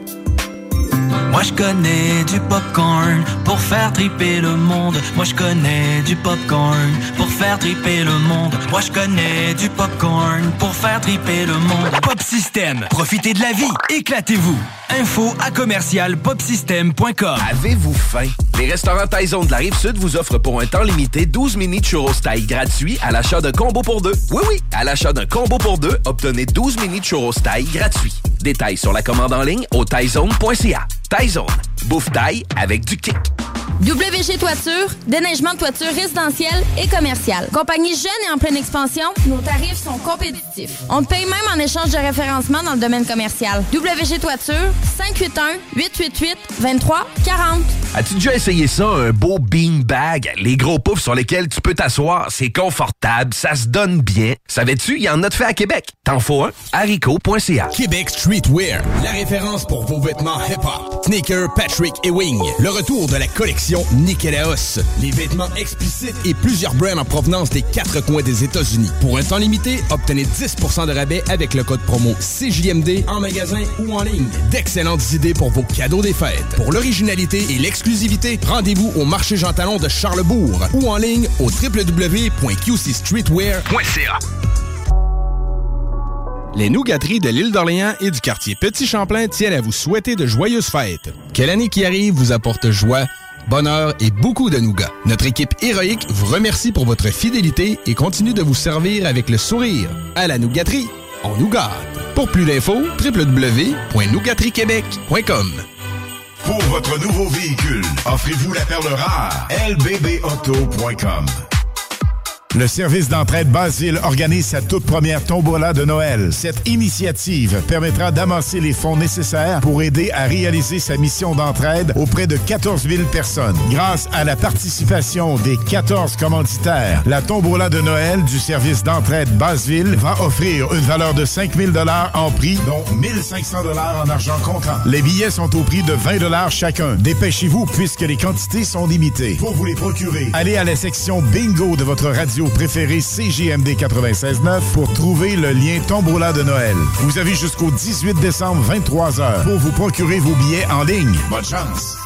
S19: Moi je connais du popcorn pour faire triper le monde. Moi je connais du popcorn pour faire triper le monde. Moi je connais du popcorn pour faire triper le monde.
S20: Pop System, profitez de la vie, éclatez-vous. Info à commercial popsystem.com.
S6: Avez-vous faim?
S20: Les
S6: restaurants Taizone de la Rive-Sud vous offrent pour un temps limité 12 mini churros taille gratuits à l'achat d'un combo pour deux.
S20: Oui, oui, à l'achat d'un combo pour deux, obtenez 12 mini churros taille gratuits. Détails sur la commande en ligne au taizone.ca. Taizone, bouffe taille avec du kick.
S17: WG Toiture, déneigement de toiture résidentielle et commerciale. Compagnie jeune et en pleine expansion, nos tarifs sont compétitifs. On te paye même en échange de référencement dans le domaine commercial. WG Toiture, 581-888-2340.
S6: As-tu déjà essayé ça, un beau beanbag? Les gros poufs sur lesquels tu peux t'asseoir, c'est confortable, ça se donne bien. Savais-tu, il y en a de fait à Québec. T'en faut un? haricot.ca.
S10: Québec Streetwear, la référence pour vos vêtements hip-hop. Sneaker Patrick Ewing, le retour de la collection Nikélaos. Les vêtements explicites et plusieurs brands en provenance des quatre coins des États-Unis. Pour un temps limité, obtenez 10% de rabais avec le code promo CJMD en magasin ou en ligne. D'excellentes idées pour vos cadeaux des fêtes. Pour l'originalité et l'exclusivité, rendez-vous au marché Jean Talon de Charlebourg ou en ligne au www.qcstreetwear.ca. Les nougateries de l'île d'Orléans et du quartier Petit Champlain tiennent à vous souhaiter de joyeuses fêtes. Que l'année qui arrive vous apporte joie, bonheur et beaucoup de nougats. Notre équipe héroïque vous remercie pour votre fidélité et continue de vous servir avec le sourire. À la nougaterie, on nous gâte. Pour plus d'infos, www.nougateriequebec.com.
S5: Pour votre nouveau véhicule, offrez-vous la perle rare. lbbauto.com. Le service d'entraide Basile organise sa toute première tombola de Noël. Cette initiative permettra d'amasser les fonds nécessaires pour aider à réaliser sa mission d'entraide auprès de 14 000 personnes. Grâce à la participation des 14 commanditaires, la tombola de Noël du service d'entraide Basseville va offrir une valeur de 5 000 en prix, dont 1 500 en argent comptant. Les billets sont au prix de 20 chacun. Dépêchez-vous puisque les quantités sont limitées. Pour vous les procurer, allez à la section bingo de votre radio radio préférée CJMD 96.9 pour trouver le lien Tombola de Noël. Vous avez jusqu'au 18 décembre 23h pour vous procurer vos billets en ligne. Bonne chance!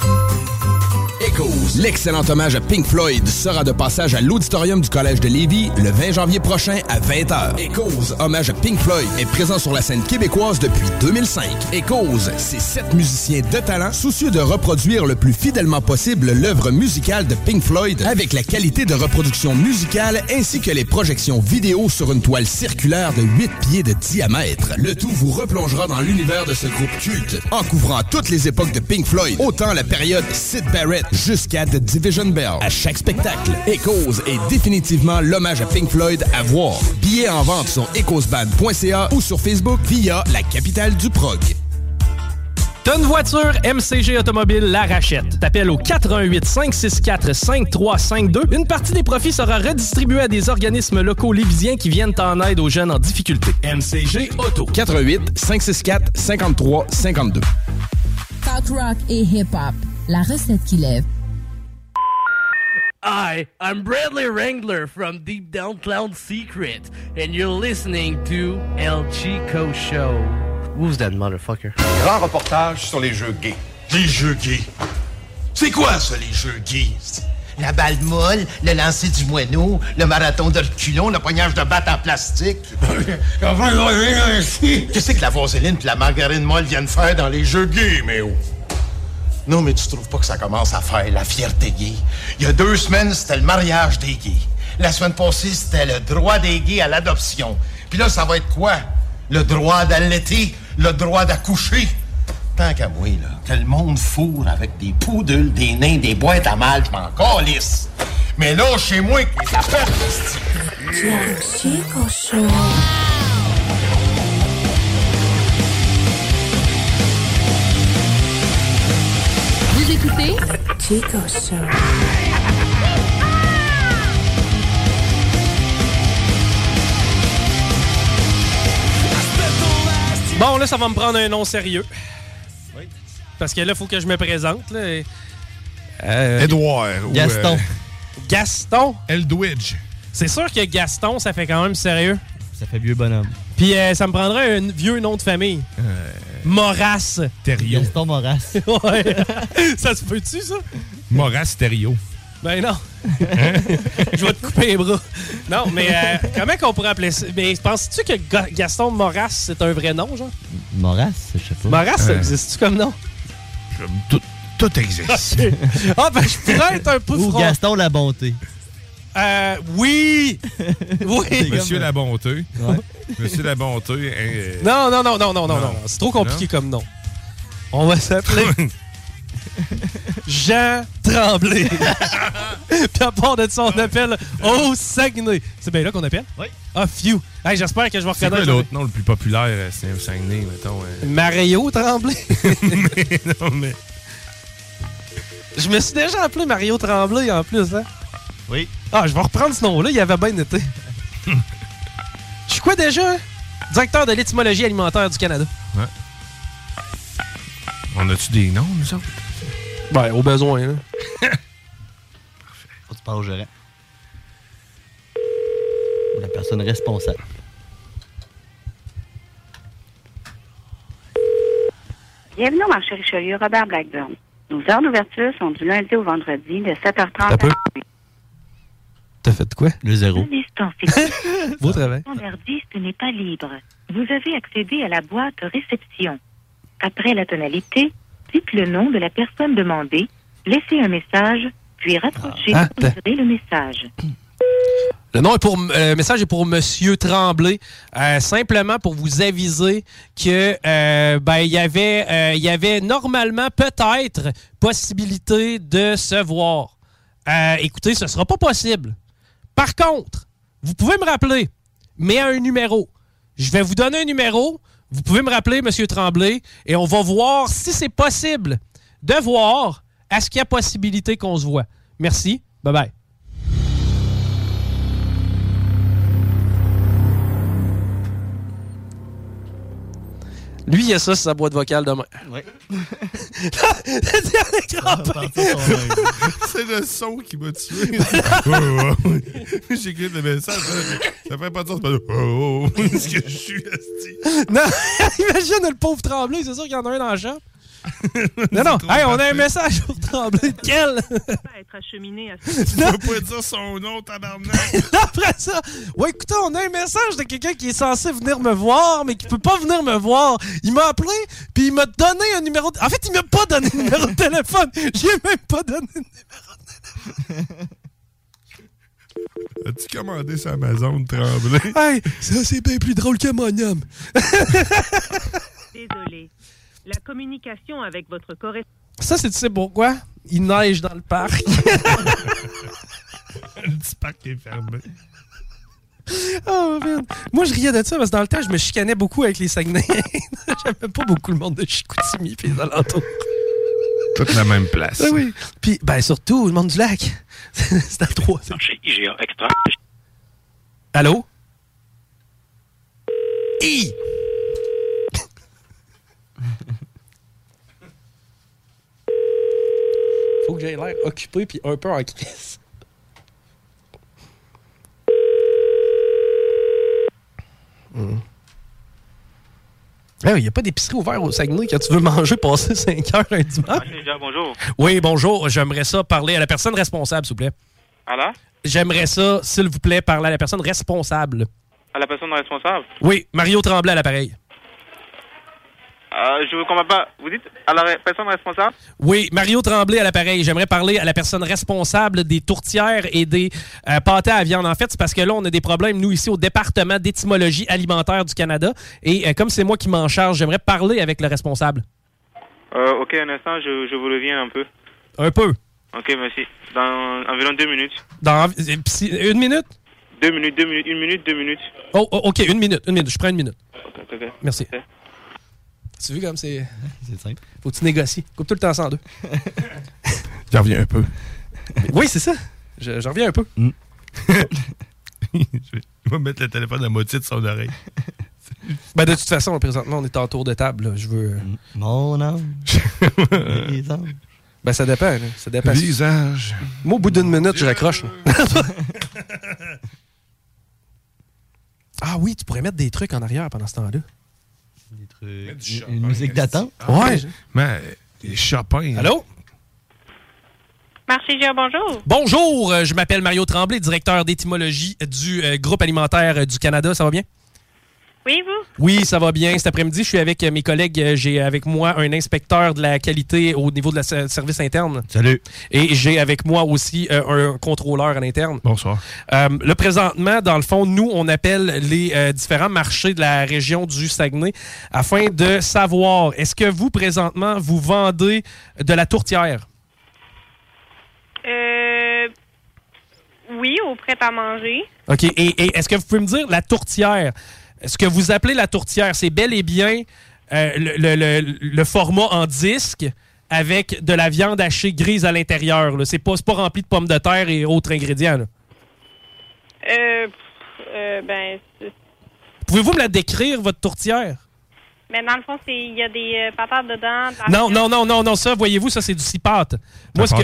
S10: Echoes. L'excellent hommage à Pink Floyd sera de passage à l'auditorium du Collège de Lévis le 20 janvier prochain à 20h. Echoes, hommage à Pink Floyd, est présent sur la scène québécoise depuis 2005. Echoes, c'est sept musiciens de talent soucieux de reproduire le plus fidèlement possible l'œuvre musicale de Pink Floyd avec la qualité de reproduction musicale ainsi que les projections vidéo sur une toile circulaire de 8 pieds de diamètre. Le tout vous replongera dans l'univers de ce groupe culte en couvrant toutes les époques de Pink Floyd, autant la période Sid Barrett jusqu'à The Division Bell. À chaque spectacle, Echoes est définitivement l'hommage à Pink Floyd à voir. Billets en vente sur echoesband.ca ou sur Facebook via la capitale du prog.
S4: T'as une voiture, MCG Automobile la rachète. T'appelles au 418 564 5352. Une partie des profits sera redistribuée à des organismes locaux lévisiens qui viennent en aide aux jeunes en difficulté. MCG Auto.
S10: 88 564 53 52.
S21: Talk rock et hip-hop. La recette qui lève.
S22: Hi, I'm Bradley Wrangler from Deep Down Clown Secret, and you're listening to El Chico Show. Who's that motherfucker?
S23: Grand reportage sur les jeux gays. Les jeux gays? C'est quoi ça, les jeux gays?
S3: La balle molle, le lancer du moineau, le marathon de reculon, le poignage de batte en
S23: [LAUGHS]
S3: plastique. Qu'est-ce que la vaseline et la margarine molle viennent faire dans les jeux gays, mais oh? Non, mais tu trouves pas que ça commence à faire la fierté gay? Il y a deux semaines, c'était le mariage des gays. La semaine passée, c'était le droit des gays à l'adoption. Puis là, ça va être quoi? Le droit d'allaiter, le droit d'accoucher. Tant qu'à moi, là, que le monde fourre avec des poudules, des nains, des boîtes à mal, je m'en calisse. Mais là, chez moi, que les affaires, c'est-
S11: Chico Show.
S21: Vous écoutez
S11: Chico Show.
S4: Bon, là, ça va me prendre un nom sérieux. Parce que là, faut que je me présente. là, et- euh,
S24: Edouard. ou,
S4: Gaston.
S24: euh,
S4: Gaston?
S24: Eldwidge.
S4: C'est sûr que Gaston, ça fait quand même sérieux.
S13: Ça fait vieux bonhomme.
S4: Puis euh, ça me prendrait un vieux nom de famille.
S24: Euh,
S4: Morasse.
S13: Thériault. Gaston Morasse.
S4: [LAUGHS] ouais. Ça se peut-tu, ça?
S24: Moras Thériault.
S4: Ben non. [LAUGHS] je vais te couper les bras. Non, mais euh, comment qu'on pourrait appeler ça? Mais penses-tu que Ga- Gaston Morasse, c'est un vrai nom, genre?
S13: Morasse, je sais pas.
S4: Morasse, ça existe-tu comme nom?
S13: Tout,
S4: existe. [LAUGHS] Ah, ben je pourrais être un peu
S13: Ou
S4: front.
S13: Gaston la bonté.
S4: Euh, oui!
S24: [LAUGHS]
S4: Oui!
S24: Monsieur la bonté.
S13: Ouais.
S24: Monsieur la bonté.
S23: hein,
S24: euh,
S4: Non, non, non, non, non, non, non. C'est trop compliqué comme nom. On va
S24: [LAUGHS]
S4: s'appeler Jean
S24: [LAUGHS]
S4: Tremblay. Puis à part de ça, on appelle au Saguenay. C'est bien là qu'on appelle? Oui. Ah, few. Hey, j'espère que je vais
S24: C'est
S4: reconnaître.
S24: quoi l'autre nom le plus populaire, euh, c'est au Saguenay, mettons? euh?
S4: Mario Tremblay.
S24: [LAUGHS] mais non, mais...
S4: Je me suis déjà appelé Mario Tremblay en plus, hein? Oui. Ah, je vais reprendre ce nom-là, il avait bien
S24: [LAUGHS]
S4: été. Je suis quoi déjà? Directeur de l'étymologie alimentaire du Canada.
S24: Ouais. On a-tu des noms, nous autres?
S4: Ben, au besoin, hein?
S13: Faut que tu parles au gérant. Ou La personne responsable.
S8: Bienvenue au marché Richelieu, Robert Blackburn. Nos heures d'ouverture sont du lundi au vendredi de 7h30 à
S4: T'as fait quoi?
S13: Le zéro.
S4: [LAUGHS] Beau travail.
S8: Ce n'est pas libre. Vous avez accédé à la boîte réception. Après la tonalité, dites le nom de la personne demandée, laissez un message, puis raccrochez
S4: Ah,
S8: pour livrer le message.
S4: Le nom est pour euh, le message est pour Monsieur Tremblay, Euh, simplement pour vous aviser que euh, ben il y avait euh, il y avait normalement peut-être possibilité de se voir. Euh, écoutez, ce sera pas possible. Par contre, vous pouvez me rappeler, mais à un numéro. Je vais vous donner un numéro. Vous pouvez me rappeler, Monsieur Tremblay, et on va voir si c'est possible de voir à ce qu'il y a possibilité qu'on se voit. Merci. Bye bye. Lui, il a ça sur sa boîte vocale demain. Oui.
S8: Ah,
S24: Oh, [LAUGHS] C'est le son qui m'a [LAUGHS] tué. J'écoute le message. Ça fait pas de sens. c'est pas- Oh, [LAUGHS] oh, oh, ce que je suis.
S4: [LAUGHS] non, [LAUGHS] imagine le pauvre Tremblay, c'est sûr qu'il y en a un dans le shop. non, non, hey, on a un message pour Tremblay. Quel?
S8: être acheminé à
S4: Tu peux pas
S24: dire son nom, tabarnak. [LAUGHS]
S4: Après ça, ouais, écoutez, on a un message de quelqu'un qui est censé venir me voir, mais qui peut pas venir me voir. Il m'a appelé, puis il m'a donné un numéro. De... En fait, il m'a pas donné le numéro de téléphone. [LAUGHS] J'ai même pas donné. le numéro.
S24: As-tu commandé sur Amazon de Tremblay?
S4: Hey, ça, c'est bien plus drôle que mon [LAUGHS] homme.
S8: Désolé. La communication avec votre correspondant.
S4: Ça, c'est tu sais pourquoi? Il neige dans le parc. [LAUGHS]
S24: Le petit parc est fermé.
S4: Oh, merde. Moi, je riais de ça parce que dans le temps, je me chicanais beaucoup avec les Saguenay. [LAUGHS] J'aimais pas beaucoup le monde de Chicoutimi et les alentours.
S24: Toute la même place.
S4: Ah oui. Puis, ben, surtout, le monde du lac. [LAUGHS] C'est dans le 3.
S14: Chez IGA Extra.
S4: Allô? Hi! [LAUGHS] Faut que j'aie l'air occupé puis un peu en crise. Mm. Il n'y Eh a pas d'épicerie ouverte au Saguenay quand tu veux manger passer [LAUGHS] 5 heures un dimanche.
S25: bonjour.
S4: Oui, bonjour. J'aimerais ça parler à la personne responsable, s'il vous plaît.
S25: À la,
S4: J'aimerais ça, s'il vous plaît, parler à la personne responsable.
S25: à la personne responsable.
S4: Oui, Mario Tremblay à l'appareil.
S25: Euh, je vous comprends pas. Vous dites à la re- personne responsable
S4: Oui, Mario Tremblay à l'appareil. J'aimerais parler à la personne responsable des tourtières et des euh, pâtés à viande. En fait, c'est parce que là, on a des problèmes, nous, ici, au département d'étymologie alimentaire du Canada. Et euh, comme c'est moi qui m'en charge, j'aimerais parler avec le responsable.
S25: euh, Ok, un instant, je, je vous reviens un peu.
S4: Un peu.
S25: Ok, merci. Dans environ deux minutes.
S4: Dans, euh, si- une minute?
S25: Deux minutes, deux minutes, une minute, deux minutes.
S4: Oh, oh, OK, une minute, une minute. Je prends une minute.
S25: Ok, ok, ok.
S4: Merci.
S25: Ok.
S4: Tu vu comme c'est... C'est simple. Faut que tu négocies. Coupe tout le temps sans deux.
S24: J'en reviens un peu.
S4: oui, c'est ça. Je- J'en reviens un peu.
S24: Il va mettre le téléphone à la moitié de son oreille.
S4: [LAUGHS] Ben, de toute façon, présentement, on est en tour de table. là. Je veux. euh, Mon âme. [LAUGHS] ben, ça dépend. là. Ça dépend.
S24: Visage.
S4: Moi, au bout d'une minute, je raccroche. là. ah oui, tu pourrais mettre des trucs en arrière pendant ce temps-là.
S13: Une musique
S24: Ah,
S13: d'attente.
S4: Ouais.
S24: Mais euh, Chopin.
S4: Allô?
S8: Marché Gia, bonjour.
S4: Bonjour, euh, je m'appelle Mario Tremblay, directeur d'étymologie du euh, groupe alimentaire euh, du Canada. Ça va bien?
S8: Oui, vous?
S4: Oui, ça va bien. Cet après-midi, je suis avec euh, mes collègues. Euh, J'ai avec moi un inspecteur de la qualité au niveau de la ser- service interne. Salut. Et j'ai avec moi aussi euh, un contrôleur à l'interne.
S24: Bonsoir.
S4: Euh, là, présentement, dans le fond, nous, on appelle les euh, différents marchés de la région du Saguenay afin de savoir, est-ce que vous, présentement, vous vendez de la tourtière?
S8: Euh, oui, au prêt-à-manger.
S4: OK. Et, et est-ce que vous pouvez me dire la tourtière? Ce que vous appelez la tourtière, c'est bel et bien euh, le, le- le- le format en disque avec de la viande hachée grise à l'intérieur. là. C'est pas, c'est pas rempli de pommes de terre et autres ingrédients. là.
S8: Euh, pff, euh, ben, c'est-
S4: Pouvez-vous me la décrire, votre tourtière?
S8: mais dans le fond, c'est il y a des euh, patates dedans.
S4: Non,
S8: dans-
S4: non, non, non, non, ça, voyez-vous, ça, c'est du six pâtes. Moi, ce que-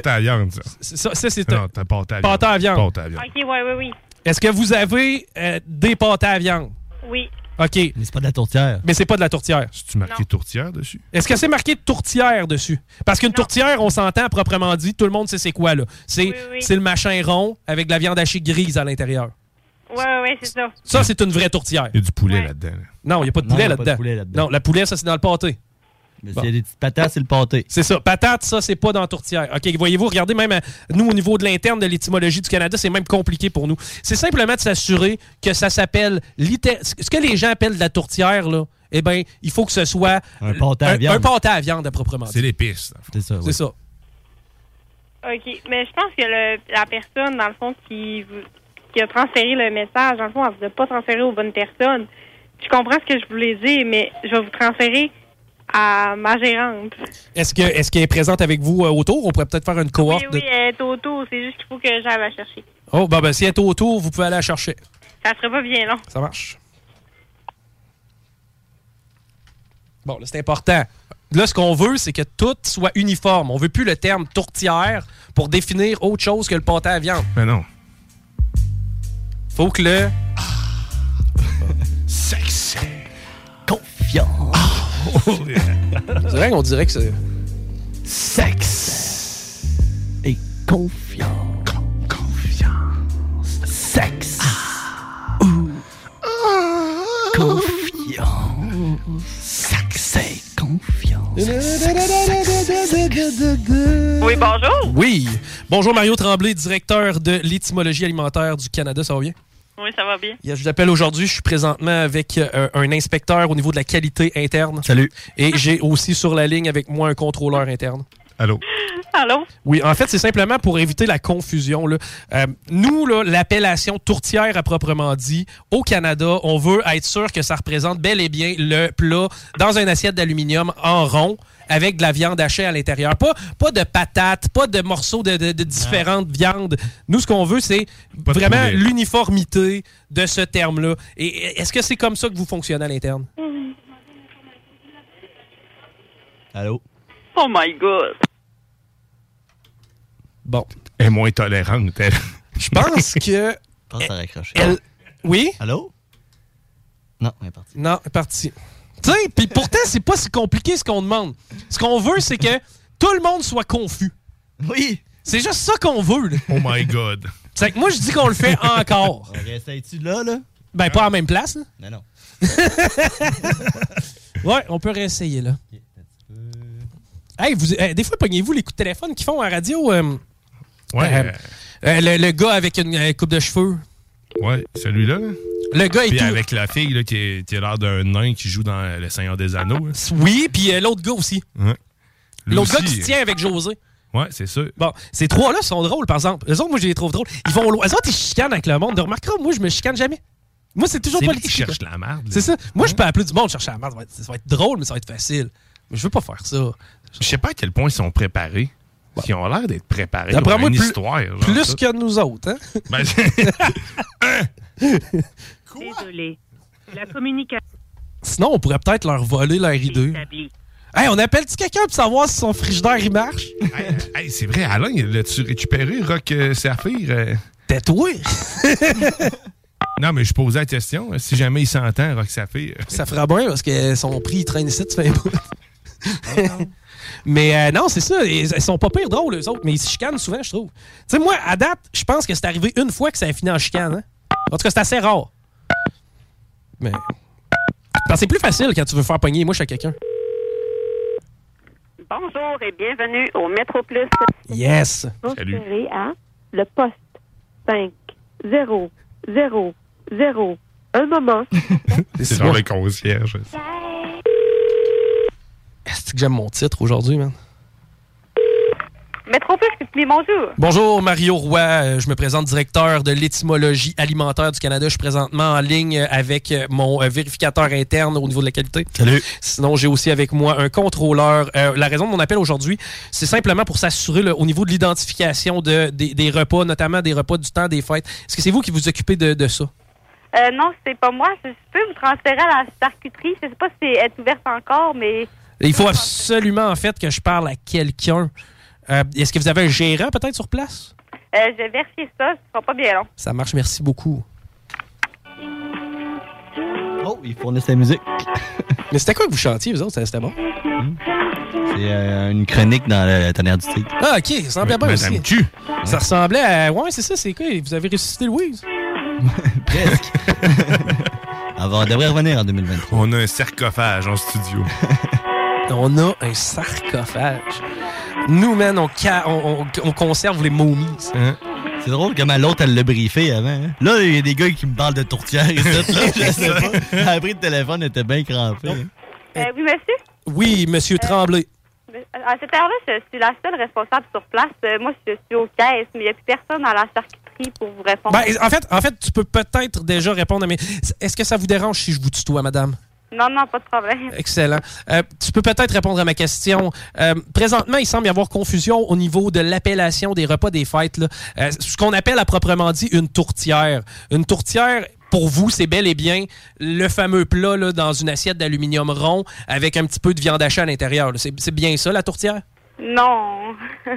S4: C'est- Ça, ça, c'est
S24: Non, t'as pâté à viande.
S4: Pâté à viande.
S24: Pâté à viande.
S8: Ok, oui, oui, oui.
S4: Est-ce que vous avez euh, des pâtés à viande?
S8: Oui.
S4: OK. Mais c'est pas de la tourtière. Mais c'est pas de la tourtière.
S24: Tu marquais tourtière dessus?
S4: Est-ce que c'est marqué tourtière dessus? Parce qu'une tourtière, on s'entend proprement dit, tout le monde sait c'est quoi, là. C'est c'est le machin rond avec de la viande hachée grise à l'intérieur.
S8: Oui, oui, oui, c'est ça.
S13: Ah.
S4: Ça, c'est une vraie tourtière. Il y a du poulet là-dedans. Non, il n'y a pas de
S13: Non,
S4: poulet
S13: il y a pas de
S4: là-dedans.
S13: poulet là-dedans.
S4: non, la poulet, ça, c'est dans le pâté.
S13: Mais
S4: Bon.
S13: s'il y a des petites patates, c'est le pâté.
S4: C'est ça. Patate, ça, c'est pas dans la tourtière. OK, voyez-vous, regardez, même euh, nous, au niveau de l'interne de l'étymologie du Canada, c'est même compliqué pour nous. C'est simplement de s'assurer que ça s'appelle litté- Ce que les gens appellent de la tourtière, là, eh bien, il faut que ce soit
S13: Un pâté à viande.
S4: un pâté à viande, à proprement dit.
S13: C'est
S24: l'épice.
S13: C'est ça.
S12: Ah
S4: C'est ça.
S8: OK. Mais je pense que le- la personne, dans le fond, qui, vous- qui a transféré le message, dans le fond, elle vous a pas transféré aux bonnes personnes. Je comprends ce que je voulais dire, mais je vais vous transférer à ma gérante.
S4: Est-ce que est-ce qu'elle est présente avec vous euh, autour? On pourrait peut-être faire une cohorte.
S8: Oui,
S4: de-
S8: oui, elle est autour. C'est juste qu'il faut que j'aille la chercher.
S4: Oh, ben, ben, si elle est autour, vous pouvez aller la chercher.
S8: Ça sera pas bien long.
S4: Ça marche. Bon, là, c'est important. Là, ce qu'on veut, c'est que tout soit uniforme. On veut plus le terme tourtière pour définir autre chose que le pâté à viande.
S12: Mais non.
S4: Faut que le
S24: Sexy.
S4: Confiant. Ah. C'est vrai qu'on dirait que c'est. Sexe. Et confiance. confiance. Sexe.
S24: Ah.
S14: Oh
S16: Confiance.
S4: Sexy.
S16: Oui,
S4: bonjour. Oui. Bonjour, Mario Tremblay, directeur de l'étymologie alimentaire du Canada. Ça va bien?
S14: Oui, ça va bien.
S4: Je vous appelle aujourd'hui. Je suis présentement avec euh, un inspecteur au niveau de la qualité interne. Salut. Et j'ai aussi sur la ligne avec moi un contrôleur interne.
S12: Allô?
S14: Allô?
S4: Oui, en fait, c'est simplement pour éviter la confusion. Là. Euh, nous, là, l'appellation tourtière à proprement dit, au Canada, on veut être sûr que ça représente bel et bien le plat dans une assiette d'aluminium en rond avec de la viande hachée à l'intérieur. Pas, pas de patates, pas de morceaux de, de- de différentes viandes. Nous, ce qu'on veut, c'est
S12: Pas de
S4: vraiment
S12: poulet.
S4: l'uniformité de ce terme-là. Et est-ce que c'est comme ça que vous fonctionnez à l'interne?
S12: Allô?
S14: Oh my God.
S4: Bon.
S12: Elle est moins tolérante, elle.
S4: Je
S12: [LAUGHS]
S4: pense que.
S13: pense à raccrocher.
S4: Elle- Oui?
S13: Allô? Non, elle est partie.
S4: Non, elle est parti. Tu sais, puis pourtant, c'est pas si compliqué ce qu'on demande. Ce qu'on veut, c'est que tout le monde soit confus. Oui. C'est juste ça qu'on veut. là.
S12: Oh my god.
S4: C'est que moi, je dis qu'on le fait encore.
S13: [LAUGHS] On réessaye-tu là, là?
S4: Ben, pas à la même place. là.
S13: Non, non.
S4: [LAUGHS] Ouais, on peut réessayer, là. Hey, vous, eh, des fois, pognez-vous les coups de téléphone qu'ils font à la radio. euh,
S12: Ouais.
S4: euh, euh, le, le gars avec une euh, coupe de cheveux.
S12: Ouais, celui-là.
S4: Le gars est
S12: Puis
S4: tout-
S12: avec la fille là, qui, est- qui a l'air d'un nain qui joue dans Le Seigneur des Anneaux. là.
S4: Oui, puis euh, l'autre gars aussi.
S12: Ouais. Lui
S4: L'autre gars
S12: aussi,
S4: qui se tient avec José.
S12: Ouais, c'est sûr.
S4: Bon, ces trois-là sont drôles, par exemple. Les autres, moi, je les trouve drôles. Ils vont loin. Eux autres, ils chicanent avec le monde. Remarquera, moi, je me chicane jamais. Moi, c'est toujours
S12: C'est
S4: pas
S12: lui qui cherche la merde, là. Hein?
S4: C'est ça. Moi, je peux appeler du monde chercher la merde. Ça va être- Ça va être drôle, mais ça va être facile. Mais je veux pas faire ça.
S12: Je sais pas à quel point ils sont préparés. Ils ont l'air d'être préparés.
S4: D'après
S12: pour
S4: moi,
S12: une
S4: plus-
S12: histoire. genre,
S4: Plus
S12: ça.
S4: que nous autres, hein? [LAUGHS]
S12: Ben,
S26: Désolé. La communication
S4: Sinon, on pourrait peut-être leur voler leur idée.
S26: établie.
S4: Hey, on appelle-tu quelqu'un pour savoir si son frigidaire, il marche?
S12: Hey, hey, c'est vrai, Alain, l'as-tu récupéré, Rock euh, Saphir? euh?
S4: Tatoué?
S12: non, mais je posais la question. euh, Si jamais il s'entend, Rock Saphir.
S4: [LAUGHS] Ça fera bien parce que son prix, il traîne ici, tu fais un bout. [LAUGHS] Mais euh, non, c'est ça. Ils, ils sont pas pires drôles, eux autres, mais ils se chicanent souvent, je trouve. Tu sais, moi, à date, je pense que c'est arrivé une fois que ça a fini en chicane. hein. En tout cas, c'est assez rare. Mais. Parce que c'est plus facile quand tu veux faire pogner moi, je suis quelqu'un.
S26: Bonjour et bienvenue au Métroplus.
S4: Yes!
S26: Salut. à le poste 5 0 0 0. Un moment.
S12: [LAUGHS] C'est genre le concierge.
S4: Est-ce que j'aime mon titre aujourd'hui, man?
S26: Métroplus, mais bonjour.
S4: Bonjour, Mario Roy. Euh, Je me présente directeur de l'étymologie alimentaire du Canada. Je suis présentement en ligne euh, avec euh, mon euh, vérificateur interne au niveau de la qualité. Salut. Sinon, j'ai aussi avec moi un contrôleur. Euh, la raison de mon appel aujourd'hui, c'est simplement pour s'assurer là, au niveau de l'identification de- des, des repas, notamment des repas du temps des fêtes. Est-ce que c'est vous qui vous occupez de, de ça?
S26: Euh, non, c'est pas moi. Je je peux vous transférer à la charcuterie. Je sais pas si elle est ouverte encore, mais
S4: Il faut absolument, en fait, que je parle à quelqu'un. Euh, Est-ce que vous avez un gérant peut-être sur place?
S26: euh, je vais vérifier ça. Ce sera pas bien long.
S4: Ça marche, merci beaucoup.
S13: Oh, ils fournissent la musique.
S4: [LAUGHS] Mais c'était quoi que vous chantiez, vous autres? C'était bon?
S13: C'est euh, une chronique dans le tonnerre du tigre.
S4: Ah, ok, ça ressemblait bien
S13: Madame
S4: aussi.
S13: Q.
S4: Ça ressemblait à. Ouais, c'est ça, c'est quoi? Vous avez ressuscité Louise?
S13: [LAUGHS] Presque. On va- Ah, on devrait revenir en 2023.
S12: On a un sarcophage en
S13: [LAUGHS]
S12: studio.
S4: [LAUGHS] On a un sarcophage. Nous, man, on, ca- on- on- on conserve les momies.
S13: Hein? C'est drôle comment l'autre, elle l'a briefé avant. hein. Là, il y a des gars qui me parlent de tourtière et tout.
S4: [LAUGHS]
S13: Là, je sais pas. Elle [LAUGHS] a pris le téléphone, elle était bien crampée.
S12: Eh.
S26: Euh, oui, monsieur.
S4: Oui, monsieur Tremblay.
S26: À cette heure-là, je suis la seule responsable sur place. Euh, Moi, je suis aux caisses, mais il n'y a plus personne à la charcuterie pour vous répondre.
S4: Ben, en, fait, en fait, tu peux peut-être déjà répondre à mes. Est-ce que ça vous dérange si je vous tutoie, madame?
S26: Non, non, pas de problème.
S4: Excellent. Euh, tu peux peut-être répondre à ma question. Euh, présentement, il semble y avoir confusion au niveau de l'appellation des repas des fêtes. là. Euh, ce qu'on appelle à proprement dit une tourtière. Une tourtière, pour vous, c'est bel et bien le fameux plat là, dans une assiette d'aluminium rond avec un petit peu de viande hachée à l'intérieur. là. C'est c'est bien ça, la tourtière?
S26: Non. [LAUGHS]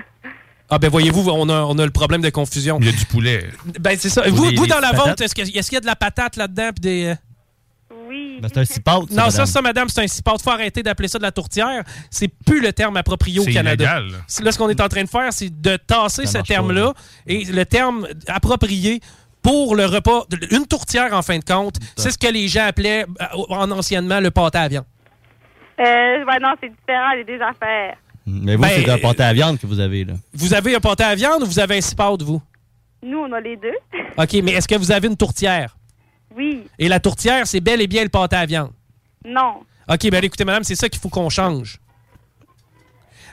S4: Ah ben voyez-vous, on a, on a le problème de confusion.
S12: Il y a du poulet.
S4: Ben c'est ça.
S12: Ou
S4: Vous,
S12: des-
S4: vous
S12: des
S4: dans la
S12: patates.
S4: vente, est-ce que- est-ce qu'il y a de la patate là-dedans puis des... euh,
S13: c'est un cipote.
S4: Non, ça, ça, madame, c'est un cipote. Faut arrêter d'appeler ça de la tourtière. C'est plus le terme approprié au
S12: C'est
S4: Canada.
S12: illégal.
S4: C'est- Là, ce qu'on est en train de faire, c'est de tasser
S12: Ça
S4: ce
S12: marche pas,
S4: terme-là et le terme approprié pour le repas. Une tourtière, en fin de compte, c'est ce que les gens appelaient euh, en anciennement le pâté à viande.
S26: Euh, ouais, non, c'est différent, les deux affaires.
S13: Mais vous,
S4: Ben,
S13: c'est un pâté à viande que vous avez, là.
S4: Vous avez un pâté à viande ou vous avez un cipote, vous?
S26: Nous, on a les deux. [LAUGHS]
S4: OK, mais est-ce que vous avez une tourtière?
S26: Oui.
S4: Et la tourtière, c'est bel et bien le pâté à viande.
S26: Non.
S4: OK, ben écoutez, madame, c'est ça qu'il faut qu'on change.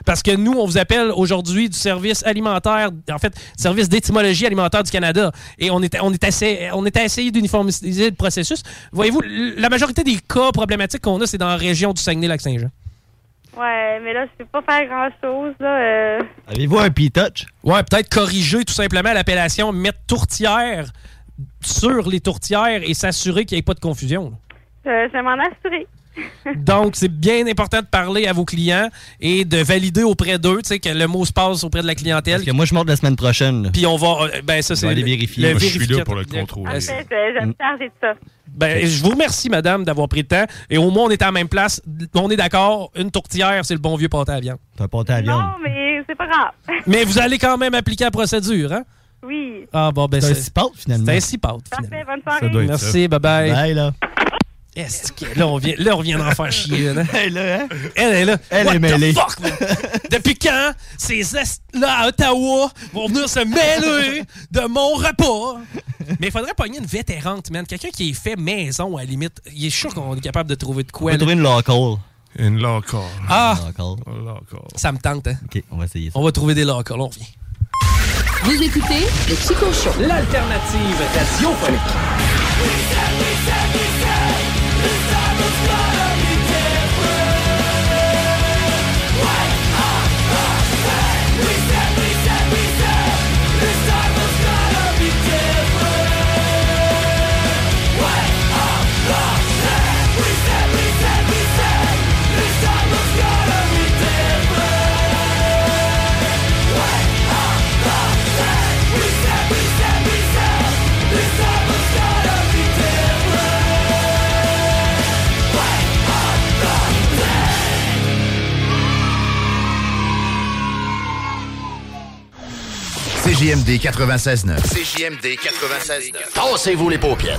S4: Parce que nous, on vous appelle aujourd'hui du service alimentaire, en fait, service d'étymologie alimentaire du Canada. Et on est, on est, assez, on est à essayer d'uniformiser le processus. Voyez-vous, l- la majorité des cas problématiques qu'on a, c'est dans la région du Saguenay-Lac-Saint-Jean.
S26: Ouais, mais là, je peux pas faire grand-chose, là. euh.
S4: Avez-vous un P-Touch? Ouais, peut-être corriger tout simplement l'appellation, mettre tourtière sur les tourtières et s'assurer qu'il n'y ait pas de confusion. là.
S26: Euh, je vais m'en assurer. [LAUGHS]
S4: Donc, c'est bien important de parler à vos clients et de valider auprès d'eux, tu sais, que le mot se passe auprès de la clientèle.
S13: Parce que moi, je monte la semaine prochaine, là.
S4: Puis on va. euh, Ben, ça,
S13: Je
S4: c'est.
S13: vais aller
S4: le-
S13: vérifier. Moi, je suis là pour le contrôler.
S4: Ah,
S26: Parfait,
S4: c'est-
S26: je, je me charger de ça.
S4: Ben, je vous remercie, madame, d'avoir pris le temps. Et au moins, on est à la même place. On est d'accord. Une tourtière, c'est le bon vieux pâté à viande.
S13: C'est un pâté à viande.
S26: Non, mais c'est pas grave. [LAUGHS]
S4: Mais vous allez quand même appliquer la procédure, hein?
S26: Oui.
S4: Ah, bon, ben,
S13: C'est un
S4: cipote, finalement. C'est un cipote.
S26: Parfait, bonne soirée.
S4: Merci, bye-bye.
S13: Bye, là.
S4: Est-ce que- Là, on vient, là, on vient d'en faire chier. une, hein?
S13: [LAUGHS] Elle est là, hein?
S4: Elle est là.
S13: Elle
S4: What
S13: est
S4: the
S13: mêlée.
S4: fuck, man? Depuis quand ces estes-là à Ottawa vont venir se mêler de mon repas? Mais il faudrait pogner une vétérante, man. Quelqu'un qui est fait maison, à la limite. Il est sûr qu'on est capable de trouver de
S13: On
S4: quoi.
S13: va
S4: là.
S13: trouver une locale.
S12: Une locale.
S4: Ah!
S13: Une locale.
S4: Ça me tente, hein?
S13: OK, on va essayer ça.
S4: On va trouver des locales, on revient.
S21: Vous écoutez le Chico Show.
S4: L'alternative radiophonique.
S15: CJMD 96.9. CJMD 96.9. Tassez-vous les paupières.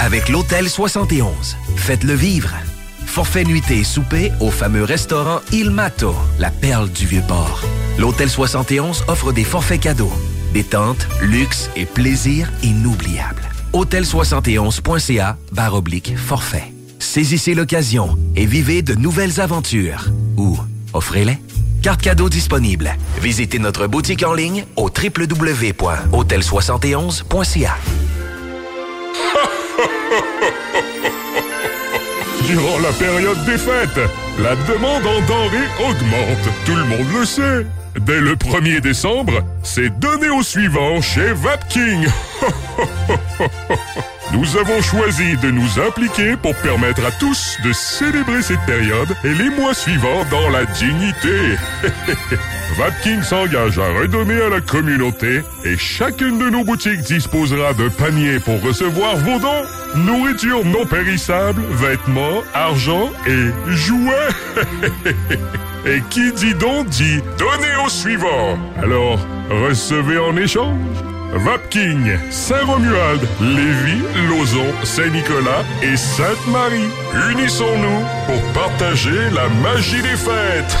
S6: avec l'Hôtel 71. Faites-le vivre. Forfait nuitée et souper au fameux restaurant Il Mato, la perle du Vieux-Port. L'Hôtel 71 offre des forfaits cadeaux, détente, luxe et plaisir inoubliables. Hôtel71.ca barre oblique forfait. Saisissez l'occasion et vivez de nouvelles aventures. Ou offrez-les. Carte cadeau disponible. Visitez notre boutique en ligne au www.hôtel71.ca.
S27: Durant la période des fêtes, la demande en denrées augmente. Tout le monde le sait. Dès le 1er décembre, c'est donné au suivant chez Vapking. [LAUGHS] Nous avons choisi de nous impliquer pour permettre à tous de célébrer cette période et les mois suivants dans la dignité. [LAUGHS] Vapking s'engage à redonner à la communauté et chacune de nos boutiques disposera d'un panier pour recevoir vos dons, nourriture non périssable, vêtements, argent et jouets. [LAUGHS] et qui dit don dit donner au suivant. Alors, recevez en échange. Vapking, Saint-Romuald, Lévis, Lauson, Saint-Nicolas et Sainte-Marie. Unissons-nous pour partager la magie [LAUGHS] des fêtes.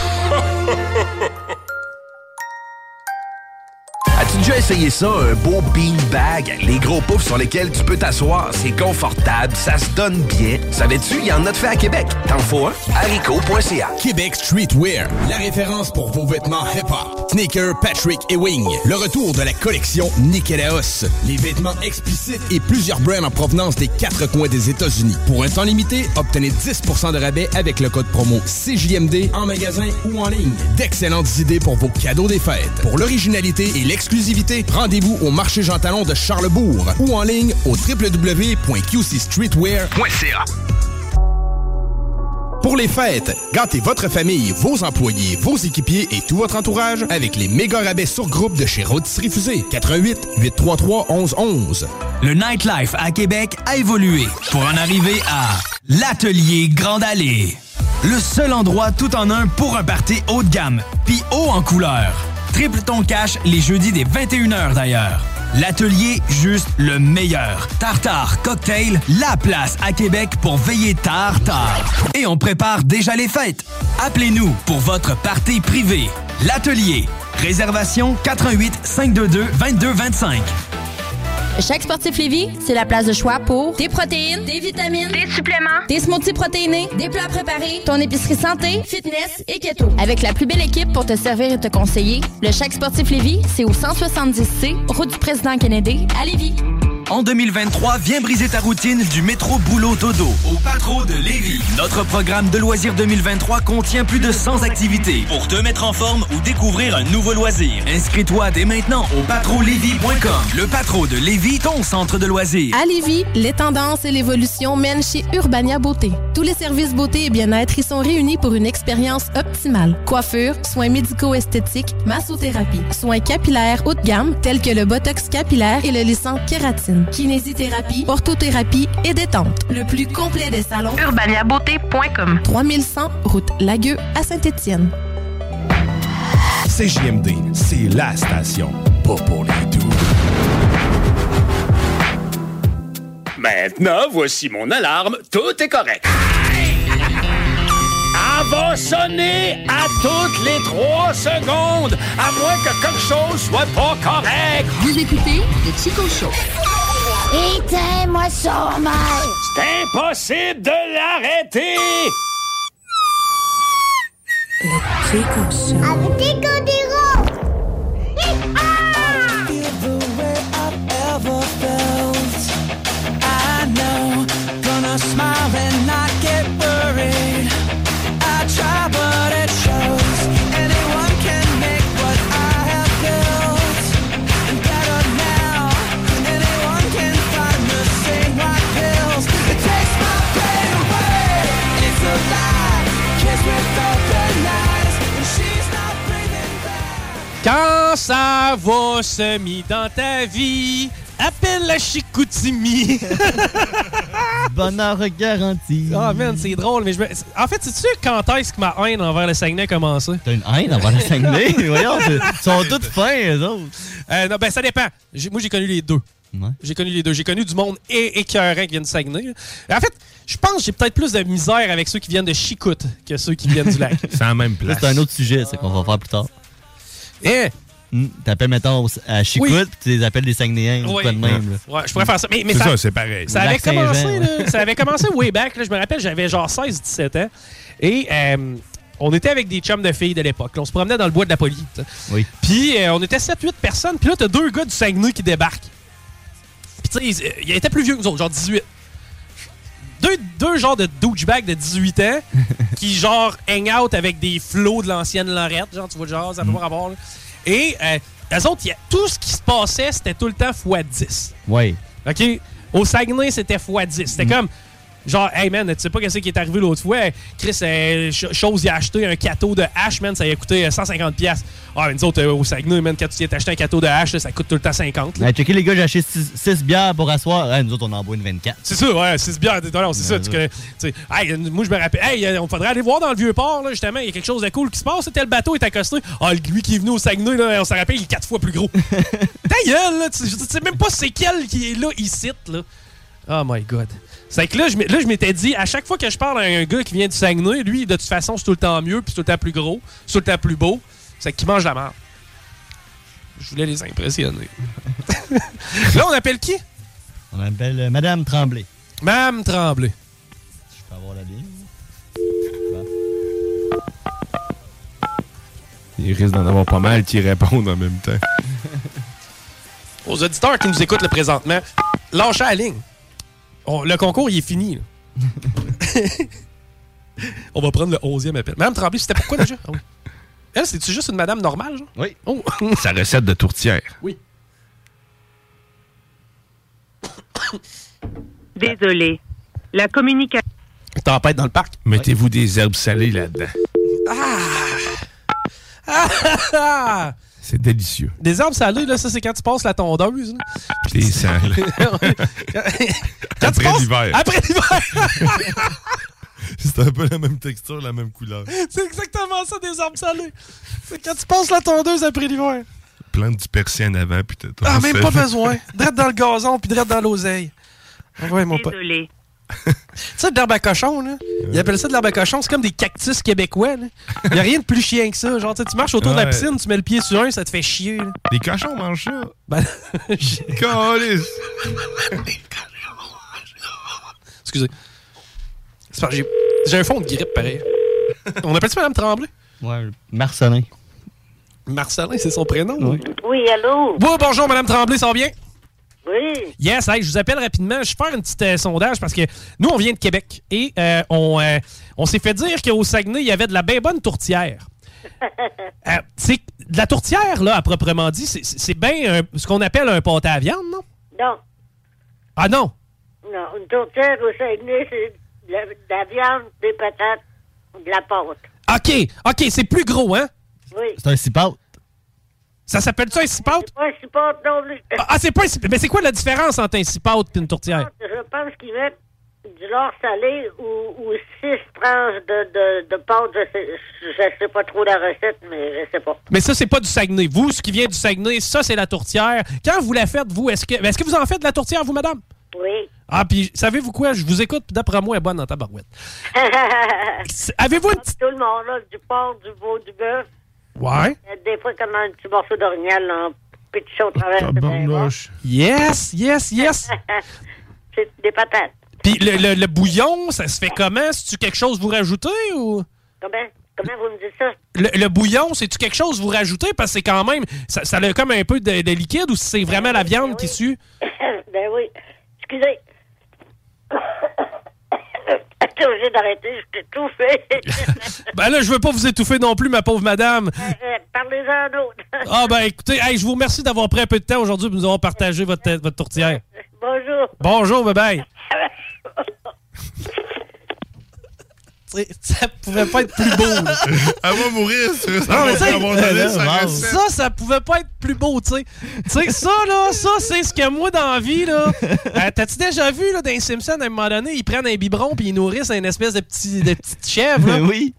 S6: As-tu déjà As-tu essayé ça, un beau beanbag? Les gros poufs sur lesquels tu peux t'asseoir, c'est confortable, ça se donne bien. Savais-tu, il y en a de fait à Québec. T'en faut un? haricot.ca.
S10: Québec Streetwear, la référence pour vos vêtements hip-hop. Sneaker Patrick Ewing, le retour de la collection Nikélaos. Les vêtements explicites et plusieurs brands en provenance des quatre coins des États-Unis. Pour un temps limité, obtenez 10 de rabais avec le code promo CJMD en magasin ou en ligne. D'excellentes idées pour vos cadeaux des fêtes. Pour l'originalité et l'exclusivité, rendez-vous au marché Jean Talon de Charlebourg ou en ligne au www.qcstreetwear.ca.
S6: Pour les fêtes,
S10: gâtez votre famille, vos employés, vos équipiers et tout votre entourage avec les méga rabais sur groupe de chez Rôtisserie Fusée. 88 833 1111.
S7: Le nightlife à Québec a évolué pour en arriver à l'Atelier Grande Allée. Le seul endroit tout en un pour un party haut de gamme, puis haut en couleur. Triple ton cash les jeudis des 21h d'ailleurs. L'atelier, juste le meilleur. Tartare, cocktail, la place à Québec pour veiller tard, tard. Et on prépare déjà les fêtes. Appelez-nous pour votre party privé. L'atelier. Réservation 88 522 2225.
S17: Chaque Sportif Lévis, c'est la place de choix pour des protéines, des vitamines, des suppléments, des smoothies protéinés, des plats préparés, ton épicerie santé, fitness et keto. Avec la plus belle équipe pour te servir et te conseiller, le Chaque Sportif Lévis, c'est au 170C, route du président Kennedy, à Lévis.
S7: En 2023, viens briser ta routine du métro boulot dodo au patro de Lévis. Notre programme de loisirs 2023 contient plus de 100 activités pour te mettre en forme ou découvrir un nouveau loisir. Inscris-toi dès maintenant au patrolévis.com. Le patro de Lévis, ton centre de loisirs.
S20: À Lévis, les tendances et l'évolution mènent chez Urbania Beauté. Tous les services beauté et bien-être y sont réunis pour une expérience optimale. Coiffure, soins médico-esthétiques, massothérapie, soins capillaires haut de gamme tels que le botox capillaire et le lissant kératine, kinésithérapie, orthothérapie et détente. Le plus complet des salons, urbaniabeauté.com. 3100 route Lagueux à Saint-Étienne.
S12: CJMD, c'est la station. Pas pour les doux.
S2: Maintenant, voici mon alarme. Tout est correct. Elle va sonner à toutes les trois secondes, à moins que quelque chose soit pas correct.
S9: Vous écoutez le Chico Show. Éteins-moi ça, mal.
S2: C'est impossible de l'arrêter.
S28: Avec Chico Diro.
S4: Quand ça va semi dans ta vie, appelle la
S13: [LAUGHS]
S4: Chicoutimi.
S13: Bonheur garanti.
S4: Ah, man, c'est drôle. mais je me- En fait, sais-tu quand est-ce que ma haine envers le Saguenay a commencé? T'as une
S13: haine envers
S4: [LAUGHS]
S13: le Saguenay? Voyons, c'est- ils sont tous
S4: fins, eux autres. non, ben, ça dépend. J'ai- Moi, j'ai connu les deux. J'ai connu les deux. J'ai connu du monde é- écœurant qui vient du Saguenay. là. En fait, je pense que j'ai peut-être plus de misère avec ceux qui viennent de Chicoute que ceux qui viennent du
S13: [LAUGHS]
S4: lac.
S13: C'est la même place. C'est un autre sujet, c'est qu'on va faire plus tard. Hmm,
S4: Eh!
S13: T'appelles, mettons, à Chicout,
S4: Oui.
S13: puis tu les appelles des Saguenayens ou
S4: Oui.
S13: quoi de même. là.
S4: Ouais, je pourrais faire ça. Mais, mais
S13: C'est ça, c'est pareil.
S4: Ça
S13: Lac
S4: avait,
S13: Saint-Jean,
S4: commencé,
S13: ouais.
S4: là. ça avait commencé way back. là. je me rappelle, j'avais genre 16-17 ans. Et euh, on était avec des chums de filles de l'époque. là. On se promenait dans le bois de la polie. tu sais.
S13: Oui.
S4: Puis euh, on était 7-8 personnes. Puis là, t'as deux gars du Saguenay qui débarquent. Puis tu sais, ils- ils étaient plus vieux que nous autres, genre 18. Deux, deux genres de douchebags de 18 ans qui, genre, hang out avec des flots de l'ancienne Lorette. Genre, tu vois, le genre, ça peut pas rapport. là. Et euh, eux autres, il y a- tout ce qui se passait, c'était tout le temps x10.
S13: Ouais.
S4: OK? Au Saguenay, c'était x10. C'était comme. Genre, hey man, tu sais pas qu'est-ce qui est arrivé l'autre fois? Chris, euh, Ch- Chose, il a acheté un cateau de hache, man, ça lui a coûté euh, 150$. piastres. Ah, mais nous autres, euh, au Saguenay, man, quand tu t'es acheté un cateau de hache, là, ça coûte tout le temps 50$. là.
S13: Hey, checker les gars, j'ai acheté 6 bières pour asseoir. Ah, nous autres, on en boit une 24.
S4: C'est ça, ouais, c'est bien. Non, non, c'est ça. Tu connais, tu sais, hey, moi, je me rappelle. Hey, euh, on faudrait aller voir dans le vieux port, là, justement. Il y a quelque chose de cool qui se passe. Tel bateau est accosté. Ah, lui qui est venu au Saguenay, là, on s'en rappelle, il est quatre fois plus gros. Ta gueule, là. Tu, je- tu sais même pas c'est quel qui est là, ici, là. Oh my God. C'est que là, je, m'ai- là, je m'étais dit, à chaque fois que je parle à un gars qui vient du Saguenay, lui, de toute façon, c'est tout le temps mieux, puis c'est tout le temps plus gros, c'est tout le temps plus beau. C'est qu'il mange la merde. Je voulais les impressionner. Là, on appelle qui?
S2: On appelle euh, Madame Tremblay.
S4: Madame [LAUGHS] Tremblay.
S2: Je peux avoir la ligne.
S12: Il risque d'en avoir pas mal qui répondent en même temps.
S4: Aux auditeurs qui nous écoutent le présentement, lâchez la ligne. On- le concours, il est fini. là. [LAUGHS] on va prendre le 11e appel. Madame Tremblay, c'était pourquoi déjà? [LAUGHS] Ah oui. Elle, c'est-tu juste une madame normale, genre?
S2: Oui.
S4: Oh. [LAUGHS]
S12: Sa recette de tourtière.
S29: Désolé. La communication.
S12: Tempête dans le parc. Mettez-vous des herbes salées là-dedans.
S4: Ah, ah, ah.
S12: C'est délicieux.
S4: Des herbes salées, là, ça, c'est quand tu passes la
S2: [LAUGHS]
S4: tondeuse. là.
S12: Puis des salles.
S4: Quand tu
S12: Après
S4: passes-
S12: l'hiver.
S4: Après l'hiver. [LAUGHS]
S12: C'est un peu la même texture, la même couleur.
S4: C'est exactement ça, des arbres salés. C'est quand tu passes la tondeuse après l'hiver.
S12: Plante du persil en avant, puis t'as ton
S4: Ah, même
S12: sel.
S4: pas besoin. Drette dans le gazon, puis drette dans l'oseille. Ah Ouais, mon pote. [LAUGHS]
S29: Désolé.
S4: Tu sais, de l'herbe à cochon, là. Ils appellent ça de l'herbe à cochon. C'est comme des cactus québécois, là. Il a rien de plus chien que ça. Genre, tu sais, tu marches autour de la
S12: Ouais.
S4: piscine, tu mets le pied sur un, ça te fait chier, là.
S12: Les cochons mangent ça.
S4: Ben, [LAUGHS]
S12: Calice.
S4: Excusez. C'est parce que j'ai- j'ai un fond de grippe, pareil. On appelle ça Madame Tremblay?
S2: Ouais, Marcelin.
S4: Marcelin, c'est son prénom? hein?
S2: Oui.
S29: Oui, allô?
S4: Oui, bonjour, Madame Tremblay, ça va bien?
S29: Oui.
S4: Yes, hey, je vous appelle rapidement. Je vais faire un petit euh, sondage parce que nous, on vient de Québec et euh, on, euh, on s'est fait dire qu'au Saguenay, il y avait de la bien bonne
S9: [LAUGHS]
S4: tourtière. Euh, c'est- de la tourtière, là, à proprement dit, c'est- c'est c'est bien un- ce qu'on appelle un pâté à viande, non?
S9: Non,
S4: Ah non!
S9: non. Une tourtière au Saguenay, c'est de la, de la viande, des patates, de la pâte.
S4: OK, OK, c'est plus gros, hein?
S9: Oui.
S2: C'est un cipote.
S4: Ça s'appelle ça un cipote?
S9: Pas un cipote non plus.
S4: Ah, c'est pas un cipote. Mais c'est quoi la différence entre un cipote et une tourtière?
S9: Je pense qu'ils mettent du lard salé ou, ou six tranches de, de, de pâte. Je sais, je sais pas trop la recette, mais je sais pas. [LAUGHS]
S4: Mais ça, c'est pas du Saguenay. Vous, ce qui vient du Saguenay, ça, c'est la tourtière. Quand vous la faites, vous, est-ce que, est-ce que vous en faites de la tourtière, vous, madame?
S9: Oui.
S4: Ah, puis savez-vous quoi? Je vous écoute, puis d'après moi, elle est bonne dans ta barouette.
S9: Avez-vous une Tout le monde, là, du porc, du veau, du bœuf.
S4: Ouais.
S9: Euh, Des fois, comme un petit morceau d'orignal, là, un petit chaud au travers. c'est bien Ah, bon.
S4: Yes, yes, yes.
S9: [LAUGHS] c'est des patates.
S4: Puis le, le- le bouillon, ça se fait comment? C'est-tu quelque chose vous rajoutez ou.
S9: Comment, comment vous me dites ça?
S4: Le, le bouillon, c'est-tu quelque chose vous rajoutez? Parce que c'est quand même. Ça, ça a comme un peu de, de liquide ou c'est vraiment la viande qui sue?
S9: [COUGHS] ben oui. Excusez. [COUGHS] T'es obligé d'arrêter, je t'ai tout fait.
S4: Ben là, je veux pas vous étouffer non plus, ma pauvre madame.
S9: Euh, Parlez-en à un autre.
S4: Ah, ben écoutez, hey, je vous remercie d'avoir pris un peu de temps aujourd'hui pour nous avoir partagé votre, votre tourtière.
S9: Bonjour.
S4: Bonjour, bye bye. ça pouvait pas être plus beau. [LAUGHS] là.
S12: Elle va mourir, c'est
S4: Non, mais tu sais,
S12: ça.
S4: ça, ça pouvait pas être plus beau, tu sais. Tu sais, ça, là, ça, c'est ce que moi, dans la vie, là. Euh, T'as-tu déjà vu, là, dans les Simpsons, à un moment donné, ils prennent un biberon puis ils nourrissent une espèce de, petit, de petite chèvre, là?
S2: [LAUGHS] Oui.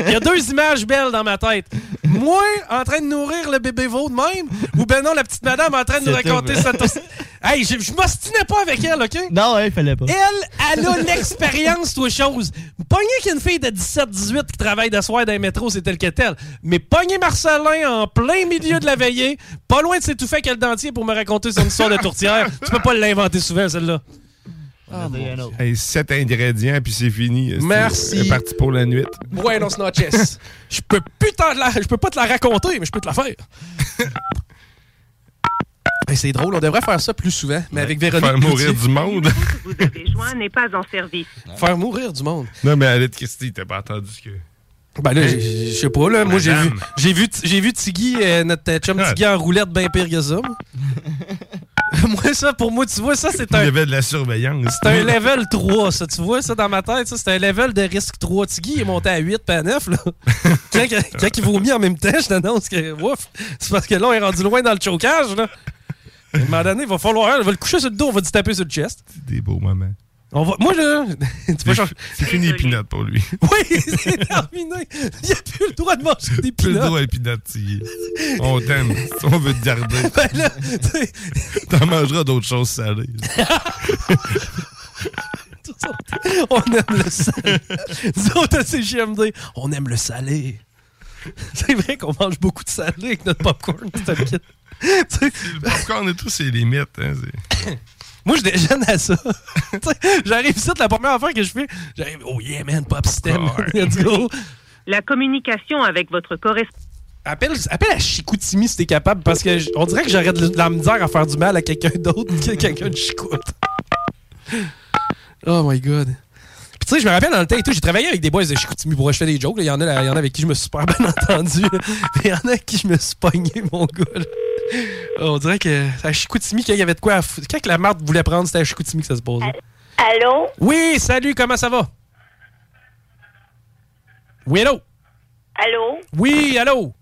S4: Il y a deux images belles dans ma tête. Moi, en train de nourrir le bébé veau de même, ou ben non, la petite madame en train de nous
S2: C'était
S4: raconter
S2: vrai.
S4: sa toast- Hey, je, je m'ostinais pas avec elle, OK?
S2: Non, il fallait pas.
S4: Elle, elle a l'expérience, toi, chose. Pogner qu'une fille de 17-18 qui travaille de soir dans les métros, c'est tel que tel. Mais pogner Marcelin en plein milieu de la veillée, pas loin de s'étouffer avec le dentier pour me raconter son histoire de tourtière, tu peux pas l'inventer souvent, celle-là.
S12: Hey, sept ingrédients, puis c'est fini. C'est-
S4: Merci.
S12: C'est parti pour la nuit.
S4: Buenos noches. Je peux plus t'en la- je peux pas te la raconter, mais je peux te
S12: [LAUGHS]
S4: la faire. Hey, c'est drôle, on devrait faire ça plus souvent, mais avec Véronique.
S12: Faire mourir du monde.
S29: Vous avez joint n'est pas en service.
S4: Hein? Faire mourir du monde.
S12: non, mais Alette Christie, t'as pas entendu ce que.
S4: Ben là, j'ai- j'ai- je sais pas, là. Moi, j'ai vu,
S12: Madame.
S4: j'ai vu, j'ai vu Tiggy, euh, notre euh, chum Tiggy en roulette bien pire que
S12: [LAUGHS]
S4: ça. moi. moi, ça, pour moi, tu vois, ça, c'est
S12: Il y
S4: un.
S12: avait de la surveillance.
S4: C'est un level 3, ça. Tu vois, ça, dans ma tête, ça, c'est un level de risque 3. Tiggy est monté à 8 pas à
S12: [LAUGHS]
S4: 9, là. Quand, quand il vomit en même temps, je t'annonce que, ouf, c'est parce que là, on est rendu loin dans le chocage, là. À un moment donné, il va falloir, on va le coucher sur le dos, on va lui taper sur le chest.
S12: Des beaux moments.
S4: On va, moi, là, [LAUGHS] tu peux changer-
S12: C'est fini, Pinot, pour lui.
S4: [LAUGHS] Oui, c'est terminé. Il a plus le droit de manger des
S12: Plus le
S4: pinottes.
S12: droit à Pinot, Tiggy. On t'aime. On veut te garder.
S4: [LAUGHS] Ben là,
S12: T'en mangeras d'autres choses
S4: [LAUGHS]
S12: salées.
S4: on aime le salé. Nous autres, à CGMD, on aime le salé. C'est vrai qu'on mange beaucoup de salé avec notre popcorn, c'est un kit.
S25: Le popcorn et tout, c'est limite. Hein, c'est-
S4: [COUGHS] Moi, je déjeune à ça. [LAUGHS] Tu sais, j'arrive ici, la première affaire que je fais, j'arrive, oh yeah, man, pop stem, let's go.
S22: La communication avec votre correspondant.
S4: Appelle, appelle à Chicoutimi si t'es capable, parce que j- on dirait que j'aurais de la misère à faire du mal à quelqu'un d'autre que quelqu'un de Chicout. Oh my god. Puis tu sais, je me rappelle dans le temps et tout, j'ai travaillé avec des boys de Chicoutimi pour je fais des jokes. là. Il y, en a, là, il y en a avec qui je me suis super bien [LAUGHS] entendu. là. Mais il y en a avec qui je me suis pogné, mon gars. là. On dirait que à Chicoutimi, quand il y avait de quoi à foutre. Quand que la marde voulait prendre, c'était à Chicoutimi que ça se posait.
S22: Allô?
S4: Oui, salut, comment ça va? Oui, hello?
S22: Allô?
S4: Oui, allô?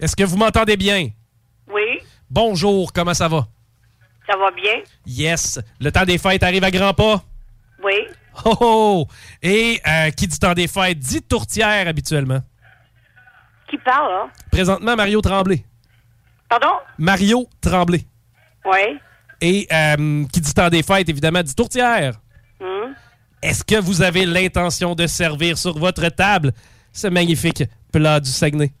S4: Est-ce que vous m'entendez bien?
S22: Oui?
S4: Bonjour, comment ça va?
S22: Ça va bien?
S4: Yes, le temps des fêtes arrive à grands pas.
S22: Oui?
S4: Oh, oh. Et euh, qui dit temps des fêtes dit tourtière habituellement.
S22: Qui parle, hein?
S4: Présentement, Mario Tremblay.
S22: Pardon?
S4: Mario Tremblay.
S22: Oui?
S4: Et euh, qui dit temps des fêtes, évidemment, dit tourtière.
S22: Hum?
S4: Est-ce que vous avez l'intention de servir sur votre table ce magnifique plat du Saguenay?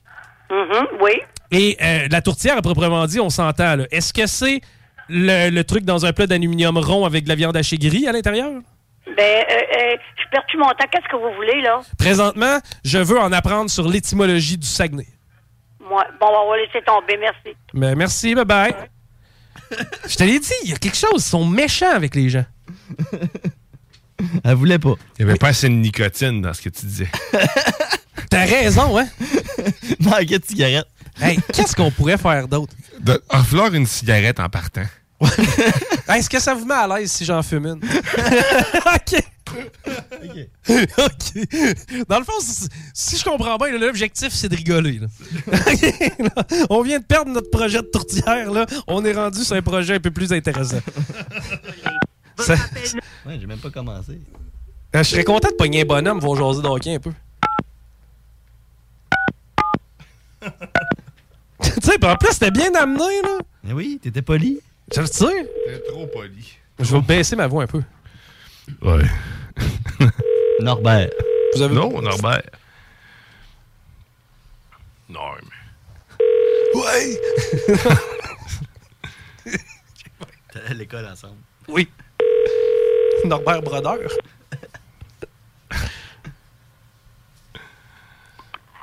S22: Mhm, Oui?
S4: Et euh, la tourtière, à proprement dit, on s'entend. là. Est-ce que c'est le, le truc dans un plat d'aluminium rond avec de la viande hachée grillée à l'intérieur?
S22: Ben, euh, euh, je perds tout mon temps. Qu'est-ce que vous voulez, là?
S4: Présentement, je veux en apprendre sur l'étymologie du Saguenay.
S22: Moi, bon, on va laisser tomber, merci.
S4: Mais Ben, merci, bye bye. Je te l'ai dit, il y a quelque chose, ils sont méchants avec les gens.
S12: Elle voulait pas.
S25: Il n'y avait pas assez de nicotine dans ce que tu disais.
S4: T'as raison, hein?
S12: [LAUGHS] Manquait de cigarette.
S4: Hey, qu'est-ce qu'on pourrait faire d'autre?
S25: De offleur une cigarette
S4: [LAUGHS]
S25: en partant.
S4: Hey, Est-ce que ça vous met à l'aise si j'en fume une? [LAUGHS] OK. OK. Dans le fond, si, si je comprends bien, là, l'objectif, c'est de rigoler. là. [LAUGHS] OK, là, on vient de perdre notre projet de tourtière. Là. On est rendu sur un projet un peu plus intéressant. Ça-
S13: Ouais, j'ai même pas commencé.
S4: Euh, je serais content de pogner un bonhomme pour jaser d'hockey un peu. [LAUGHS] tu sais, puis en plus, c'était bien amené, là.
S13: Mais oui, t'étais poli.
S4: Je le sais.
S25: T'es trop poli.
S4: Je vais baisser ma voix un peu.
S25: Ouais.
S13: Norbert.
S4: Vous avez-
S25: Non, Norbert. Non, mais.
S4: Ouais!
S13: T'allais à l'école ensemble.
S4: Oui. [LAUGHS] Norbert Brodeur.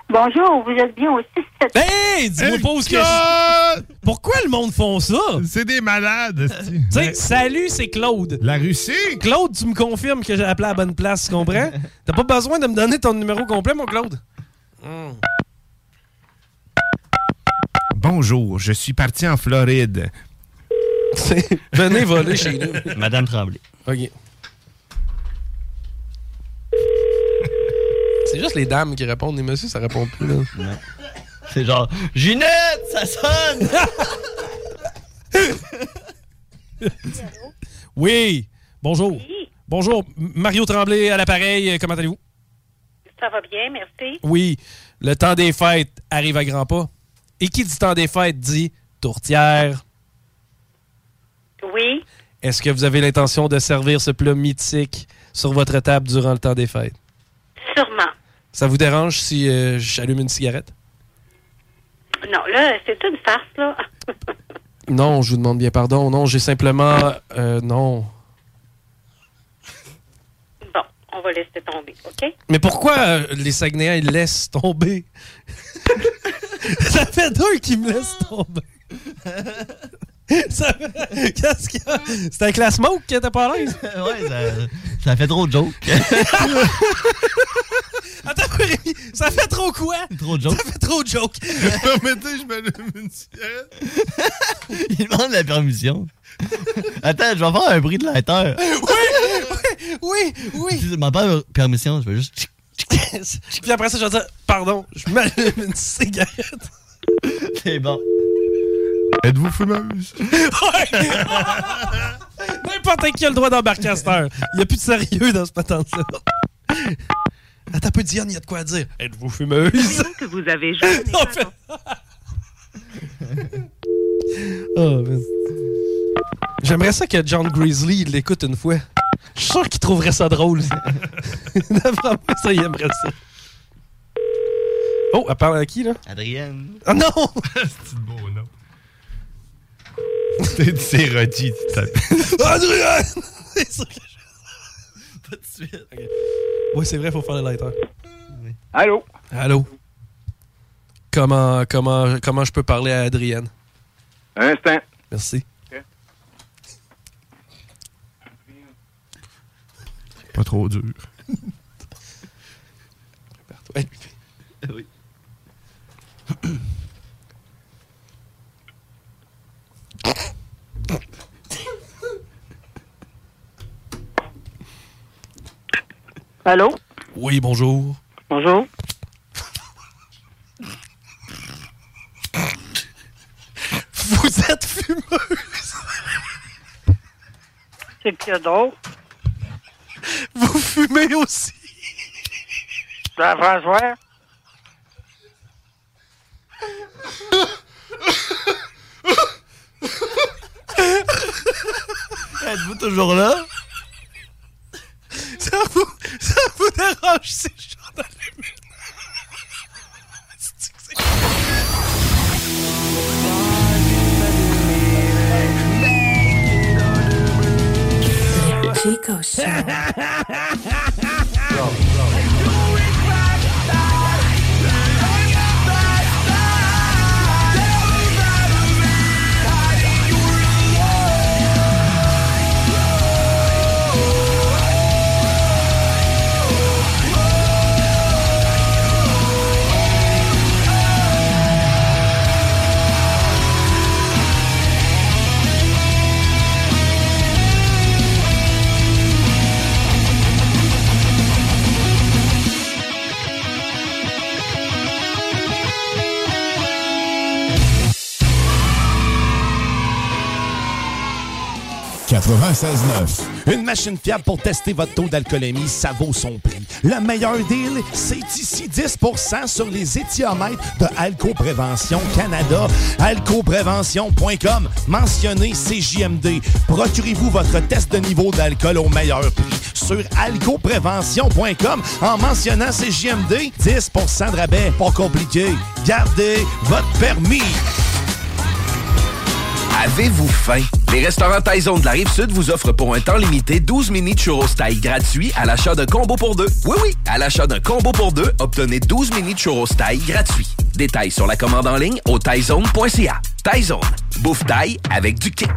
S22: Bonjour, vous êtes bien aussi.
S4: Hey! Ben, Dis-moi pas où ce que je- Pourquoi le monde font ça?
S25: C'est des malades. Tu
S4: sais, salut, c'est Claude.
S25: La Russie?
S4: Claude, tu me confirmes que j'ai appelé à la bonne place, tu comprends? T'as pas besoin de me donner ton numéro complet, mon Claude.
S25: Bonjour, je suis parti en Floride.
S4: Venez voler chez nous.
S13: Madame Tremblay.
S4: OK. C'est juste les dames qui répondent, les messieurs, ça répond plus, là.
S13: C'est genre, Ginette, ça sonne!
S4: Oui! Bonjour. Bonjour. M- Mario Tremblay à l'appareil, euh, comment allez-vous?
S22: Ça va bien, merci.
S4: Oui, le temps des fêtes arrive à grands pas. Et qui dit temps des fêtes dit tourtière.
S22: Oui?
S4: Est-ce que vous avez l'intention de servir ce plat mythique sur votre table durant le temps des fêtes?
S22: Sûrement.
S4: Ça vous dérange si euh, j'allume une cigarette?
S22: Non, là, c'est une farce, là. Ah,
S4: Non, je vous demande bien pardon. Non, j'ai simplement... euh, non.
S22: Bon, on va laisser tomber, OK?
S4: Mais pourquoi euh, les Saguenayens, ils laissent tomber? [LAUGHS] Ça fait deux qui me laissent tomber. [LAUGHS] Ça fait- Qu'est-ce qu'il y a? C'est avec la smoke que t'es pas à l'aise? [LAUGHS]
S13: ouais, ça, ça fait trop de jokes.
S4: Attends, Rémi, ça fait trop quoi?
S13: trop de jokes.
S4: Ça fait trop de
S13: [LAUGHS]
S4: jokes.
S25: Permettez, je m'allume une cigarette.
S13: Il demande la permission. Attends, je vais faire un bruit de lighter.
S4: Oui, oui, oui.
S13: Je demande pas permission, je vais juste... tchic.
S4: [LAUGHS] Puis après ça, je vais dire, pardon, je m'allume une cigarette.
S13: C'est bon.
S25: Êtes-vous fumeuse?
S4: Ouais. [LAUGHS] N'importe qui a le droit d'embarquer à cette heure. Il n'y a plus de sérieux dans ce patente-là. Attends un peu, Diane, il y a de quoi à dire. Êtes-vous fumeuse?
S22: que vous avez
S4: [LAUGHS]
S22: joué.
S4: On
S22: [LAUGHS]
S4: fait- Oh, mais- J'aimerais ça que John Grizzly il l'écoute une fois. Je suis sûr qu'il [LAUGHS] trouverait ça drôle. D'après moi, ça, il aimerait ça. Oh, elle parle à qui, là?
S2: Adrienne.
S4: Ah non!
S13: [LAUGHS] C'est beau,
S4: [LAUGHS]
S13: non?
S12: C'est redit.
S4: Ah, Adrien! C'est ça que je- Pas de suite. Ouais, c'est vrai, faut faire le lighter.
S30: Allô?
S4: Allô? Comment, comment, comment je peux parler à Adrienne?
S30: Un instant.
S4: Merci.
S12: Pas trop dur.
S2: Oui.
S22: Allô?
S4: Oui, bonjour. [LAUGHS]
S22: Bonjour.
S4: Vous êtes fumeuse.
S22: C'est que drôle.
S4: Vous fumez aussi.
S22: Jean-François?
S2: [LAUGHS] Êtes-vous toujours là?
S4: Ça vous, ça vous dérange si je chante à la minute? C'est-tu que c'est-
S31: Chico Show.
S3: Une machine fiable pour tester votre taux d'alcoolémie, ça vaut son prix. Le meilleur deal, c'est ici 10 sur les étiomètres de Alco Prévention Canada. Alcoprévention.com. Mentionnez CJMD. Procurez-vous votre test de niveau d'alcool au meilleur prix sur alcoprévention.com en mentionnant CJMD. 10 de rabais. Pas compliqué. Gardez votre permis.
S6: Avez-vous faim? Les restaurants Taizone de la Rive-Sud vous offrent pour un temps limité 12 mini churros taille gratuits à l'achat d'un combo pour deux. Oui, oui, à l'achat d'un combo pour deux, obtenez 12 mini churros taille gratuits. Détails sur la commande en ligne au taizone.ca. Taizone, bouffe taille avec du kick.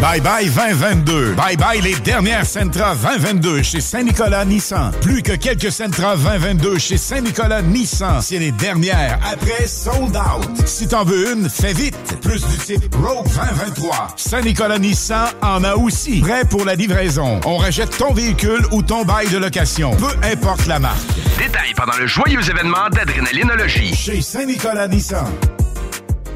S5: Bye bye 2022. Bye bye les dernières Sentra 2022 chez Saint-Nicolas Nissan. Plus que quelques Sentra 2022 chez Saint-Nicolas Nissan. C'est les dernières. Après sold out. Si t'en veux une, fais vite. Plus du type Rogue 2023. Saint-Nicolas Nissan en a aussi. Prêt pour la livraison. On rachète ton véhicule ou ton bail de location. Peu importe la marque.
S6: Détails pendant le joyeux événement d'adrénalinologie.
S5: Chez Saint-Nicolas Nissan.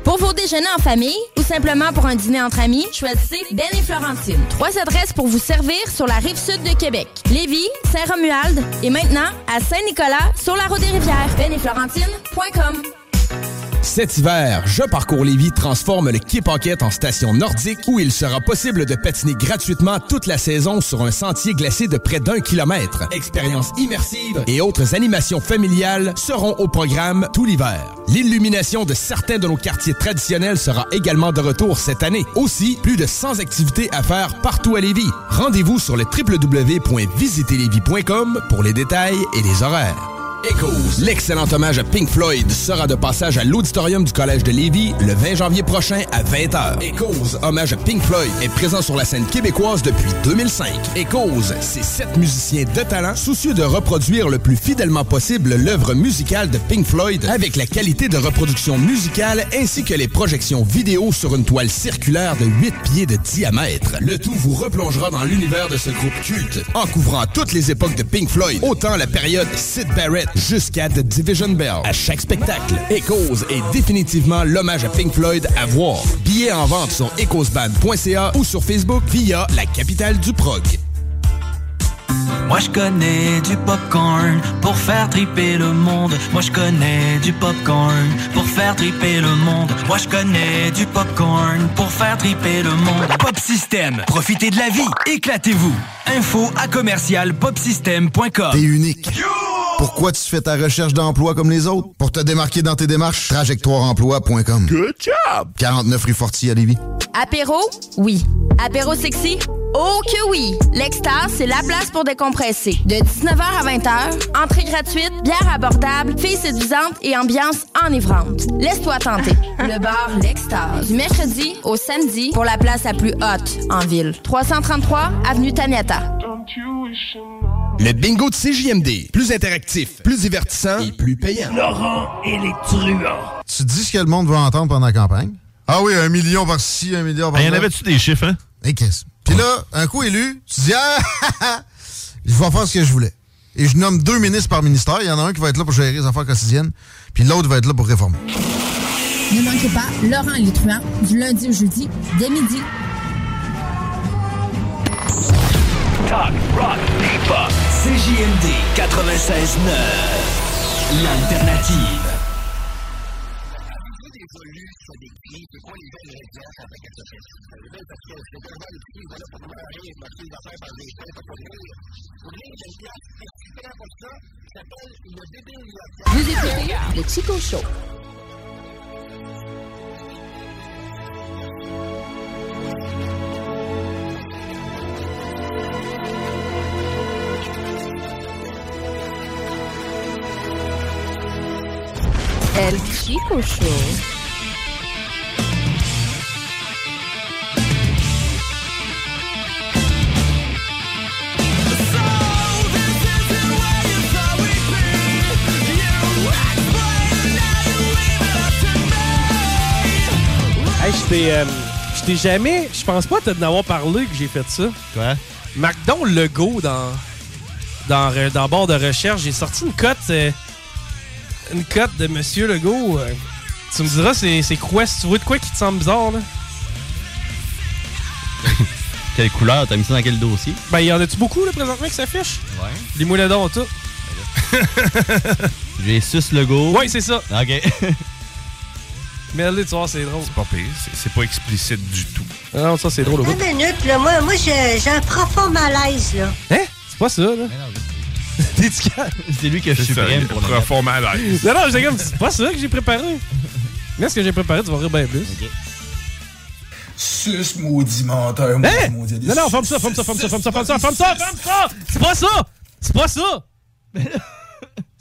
S17: Pour vos déjeuners en famille ou simplement pour un dîner entre amis, choisissez Ben et Florentine. Trois adresses pour vous servir sur la rive sud de Québec. Lévis, Saint-Romuald et maintenant à Saint-Nicolas sur la route des rivières. Ben et Florentine.com.
S10: Cet hiver, Je parcours Lévis transforme le Quai Paquette en station nordique où il sera possible de patiner gratuitement toute la saison sur un sentier glacé de près d'un kilomètre. Expérience immersive et autres animations familiales seront au programme tout l'hiver. L'illumination de certains de nos quartiers traditionnels sera également de retour cette année. Aussi, plus de 100 activités à faire partout à Lévis. Rendez-vous sur le www.visiterlévis.com pour les détails et les horaires. Echoes. L'excellent hommage à Pink Floyd sera de passage à l'auditorium du Collège de Lévis le 20 janvier prochain à 20h. Echoes, hommage à Pink Floyd, est présent sur la scène québécoise depuis 2005. Echoes, c'est sept musiciens de talent soucieux de reproduire le plus fidèlement possible l'œuvre musicale de Pink Floyd avec la qualité de reproduction musicale ainsi que les projections vidéo sur une toile circulaire de 8 pieds de diamètre. Le tout vous replongera dans l'univers de ce groupe culte en couvrant toutes les époques de Pink Floyd, autant la période Sid Barrett jusqu'à The Division Bell. À chaque spectacle, Echoes est définitivement l'hommage à Pink Floyd à voir. Billets en vente sur echoesband.ca ou sur Facebook via la capitale du prog.
S7: Moi je connais du popcorn pour faire triper le monde. Moi je connais du popcorn pour faire triper le monde. Moi je connais du popcorn pour faire triper le monde. Pop System, profitez de la vie, éclatez-vous. Info à commercial popsystem.com. T'es
S18: unique. Pourquoi tu fais ta recherche d'emploi comme les autres? Pour te démarquer dans tes démarches, trajectoireemploi.com. Good job! 49 rue Forti à Lévis.
S17: Apéro? Oui. Apéro sexy? Oh que oui! L'Extase, c'est la place pour décompresser. De 19h à 20h, entrée gratuite, bière abordable, filles séduisantes et ambiance enivrante.
S2: [LAUGHS]
S17: Laisse-toi tenter. Le bar L'Extase. Du mercredi au samedi pour la place la plus haute en ville. 333 Avenue Taniata.
S10: Le bingo de CJMD. Plus interactif, plus divertissant et plus payant.
S2: Laurent et les truands.
S18: Tu dis ce que le monde va entendre pendant la campagne? Ah oui, un million par ci, un milliard par
S12: Il y
S18: là.
S12: en avait-tu des chiffres, hein?
S18: Et qu'est-ce? Puis là, un coup élu, tu dis Ah, [LAUGHS] je vais faire ce que je voulais. Et je nomme deux ministres par ministère. Il y en a un qui va être là pour gérer les affaires quotidiennes, puis l'autre va être là pour réformer.
S2: Ne manquez pas Laurent et les truands du lundi au jeudi dès midi. Talk, rock, hip-hop.
S7: CJMD 96.9. L'alternative.
S2: Vous écoutez le Chico Show. El Chico Show.
S4: Hey, je t'ai, euh, je t'ai jamais, je pense pas t'en avoir parlé que j'ai fait ça. Quoi? Marc donc Legault dans, dans, re- dans bord de recherche, j'ai sorti une cote, euh, une cote de Monsieur Legault. euh, tu me diras, c'est, c'est quoi, si tu vois de quoi qui te semble bizarre, là?
S13: Quelle couleur? T'as mis ça dans quel dossier?
S4: Ben, y en a-tu beaucoup, là, présentement, qui s'affichent?
S13: Ouais.
S4: Les moules dents, tout.
S13: J'ai sus le go.
S4: Ouais, c'est ça.
S13: OK. [LAUGHS]
S4: Mais là, tu vois, c'est drôle.
S12: C'est pas pire. C'est- C'est pas explicite du tout.
S4: Ah Non, ça, c'est drôle.
S32: Une minute, là, moi, moi j'ai j'ai un profond malaise, là.
S4: Hein? C'est pas ça, là. [LAUGHS] T'es-tu calme?
S13: C'est lui que je
S12: suis prêt pour le reformer à l'aise.
S4: Non, non, j'étais comme, c'est pas ça que j'ai préparé. Mais ce que j'ai préparé, tu vas rire bien plus.
S6: Sus, maudit menteur, maudit,
S4: Hein?
S6: maudit.
S4: Non, non, ferme ça, ferme ça, ferme ça, ferme ça, ferme ça, ferme ça, ferme ça! C'est pas ça! C'est pas ça!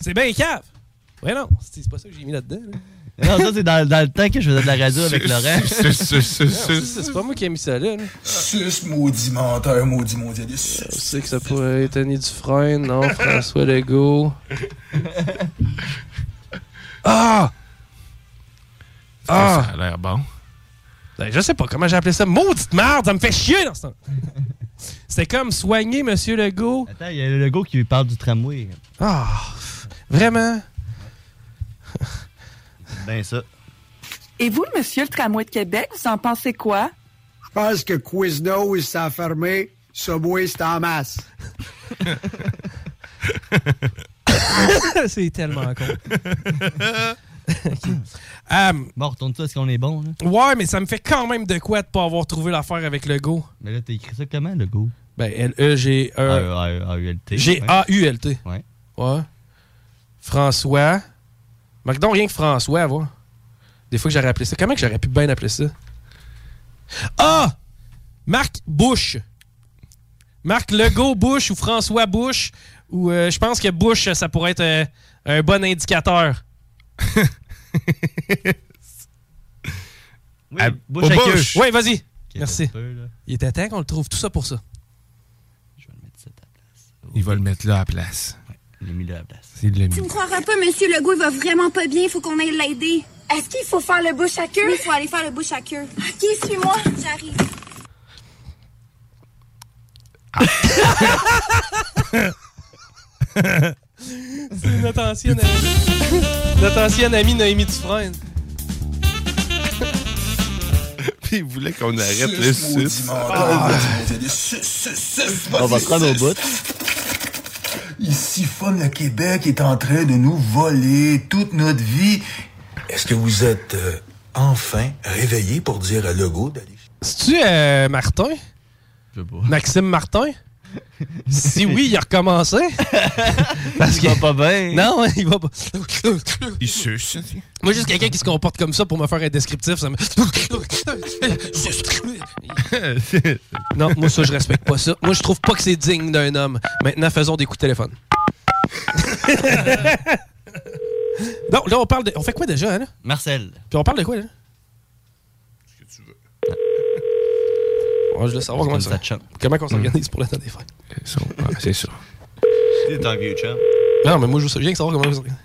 S4: C'est bien cave! Ouais, non, c'est c'est pas ça que j'ai mis là-dedans. là.
S13: Non, ça, c'est dans, dans le temps que je faisais de la radio avec Laurent.
S4: Non, c'est ça, C'est pas moi qui ai mis ça là. là.
S6: Sus, maudit menteur, maudit, maudit. Sus.
S4: Je sais que ça pourrait être Annie Dufresne, non, François Legault. Ah! Ah!
S12: Ça a l'air bon.
S4: Ben, je sais pas comment j'ai appelé ça. Maudite merde, ça me fait chier dans ce
S13: [LAUGHS]
S4: temps. C'était comme soigner Monsieur Legault.
S13: Attends, il y a le go qui parle du tramway.
S4: Ah!
S13: [LAUGHS]
S4: Vraiment?
S13: Ben ça.
S33: Et vous, monsieur le tramway de Québec, Ben, vous en pensez quoi?
S34: Je pense que Quiznos, il s'est fermé. Subway, c'est en masse.
S4: [LAUGHS] c'est tellement con. Euh,
S13: Bon, retourne ça, est-ce qu'on est bon? Là?
S4: [LAUGHS] Ouais, mais ça me fait quand même de quoi de pas avoir trouvé l'affaire avec Legault.
S13: Mais là, t'as écrit ça comment, E le go?
S4: Ben, L-E-G-E.
S13: A-U-L-T.
S4: J'ai A-U-L-T.
S13: Ouais.
S4: Ouais. François. Marque donc rien que François, va. Des fois que j'aurais appelé ça. Comment que j'aurais pu bien appeler ça? Ah! Marc Bush. Marc Legault Bush ou François Bush. Ou euh, je pense que Bush, ça pourrait être euh, un bon indicateur.
S13: [LAUGHS] Oui, Bush à queue.
S4: Oui, Ah, vas-y. Merci.
S13: un peu, là.
S4: Il était temps qu'on le trouve. Tout ça pour ça.
S12: Il va le mettre là à la place.
S13: Il l'a mis là à la place.
S12: Il l'a
S35: Tu me
S12: mis.
S35: croiras pas, monsieur Legault, il va vraiment pas bien, il faut qu'on aille l'aider. Est-ce qu'il faut faire le bouche à queue? il faut aller faire le bouche à queue. Ok, suis-moi, j'arrive.
S4: C'est notre [LAUGHS] ancienne amie. notre ancienne amie Noémie Dufresne.
S12: Puis il voulait qu'on arrête
S6: Sus,
S12: le Ah.
S6: maudit
S12: 6.
S6: menteur, maudit, maudit. Sus, sus, sus,
S13: On va
S6: vas-y,
S13: prendre au
S6: sus.
S13: bout.
S6: Il siphonne le Québec est en train de nous voler toute notre vie. Est-ce que vous êtes euh, enfin réveillé pour dire à Legault d'aller
S4: C'est-tu euh, Martin?
S13: Je sais pas.
S4: Maxime Martin? Si oui, il a recommencé. Parce qu'il va pas bien. Non, hein, il va pas.
S12: Il suce. hein,
S4: Moi, juste quelqu'un qui se comporte comme ça pour me faire un descriptif, ça me. [LAUGHS] Non, moi, ça, je respecte pas ça. Moi, je trouve pas que c'est digne d'un homme. Maintenant, faisons des coups de téléphone. [LAUGHS] non, là, on parle de. On fait quoi déjà, hein, là?
S13: Marcel.
S4: Puis on parle de quoi, là? Ouais, je voulais savoir comment,
S13: Comme
S4: ça-
S13: ça chante.
S4: comment on s'organise pour le temps des fêtes.
S12: C'est ça.
S13: C'est un vieux chum.
S4: Non, mais moi, je veux bien savoir comment on s'organise.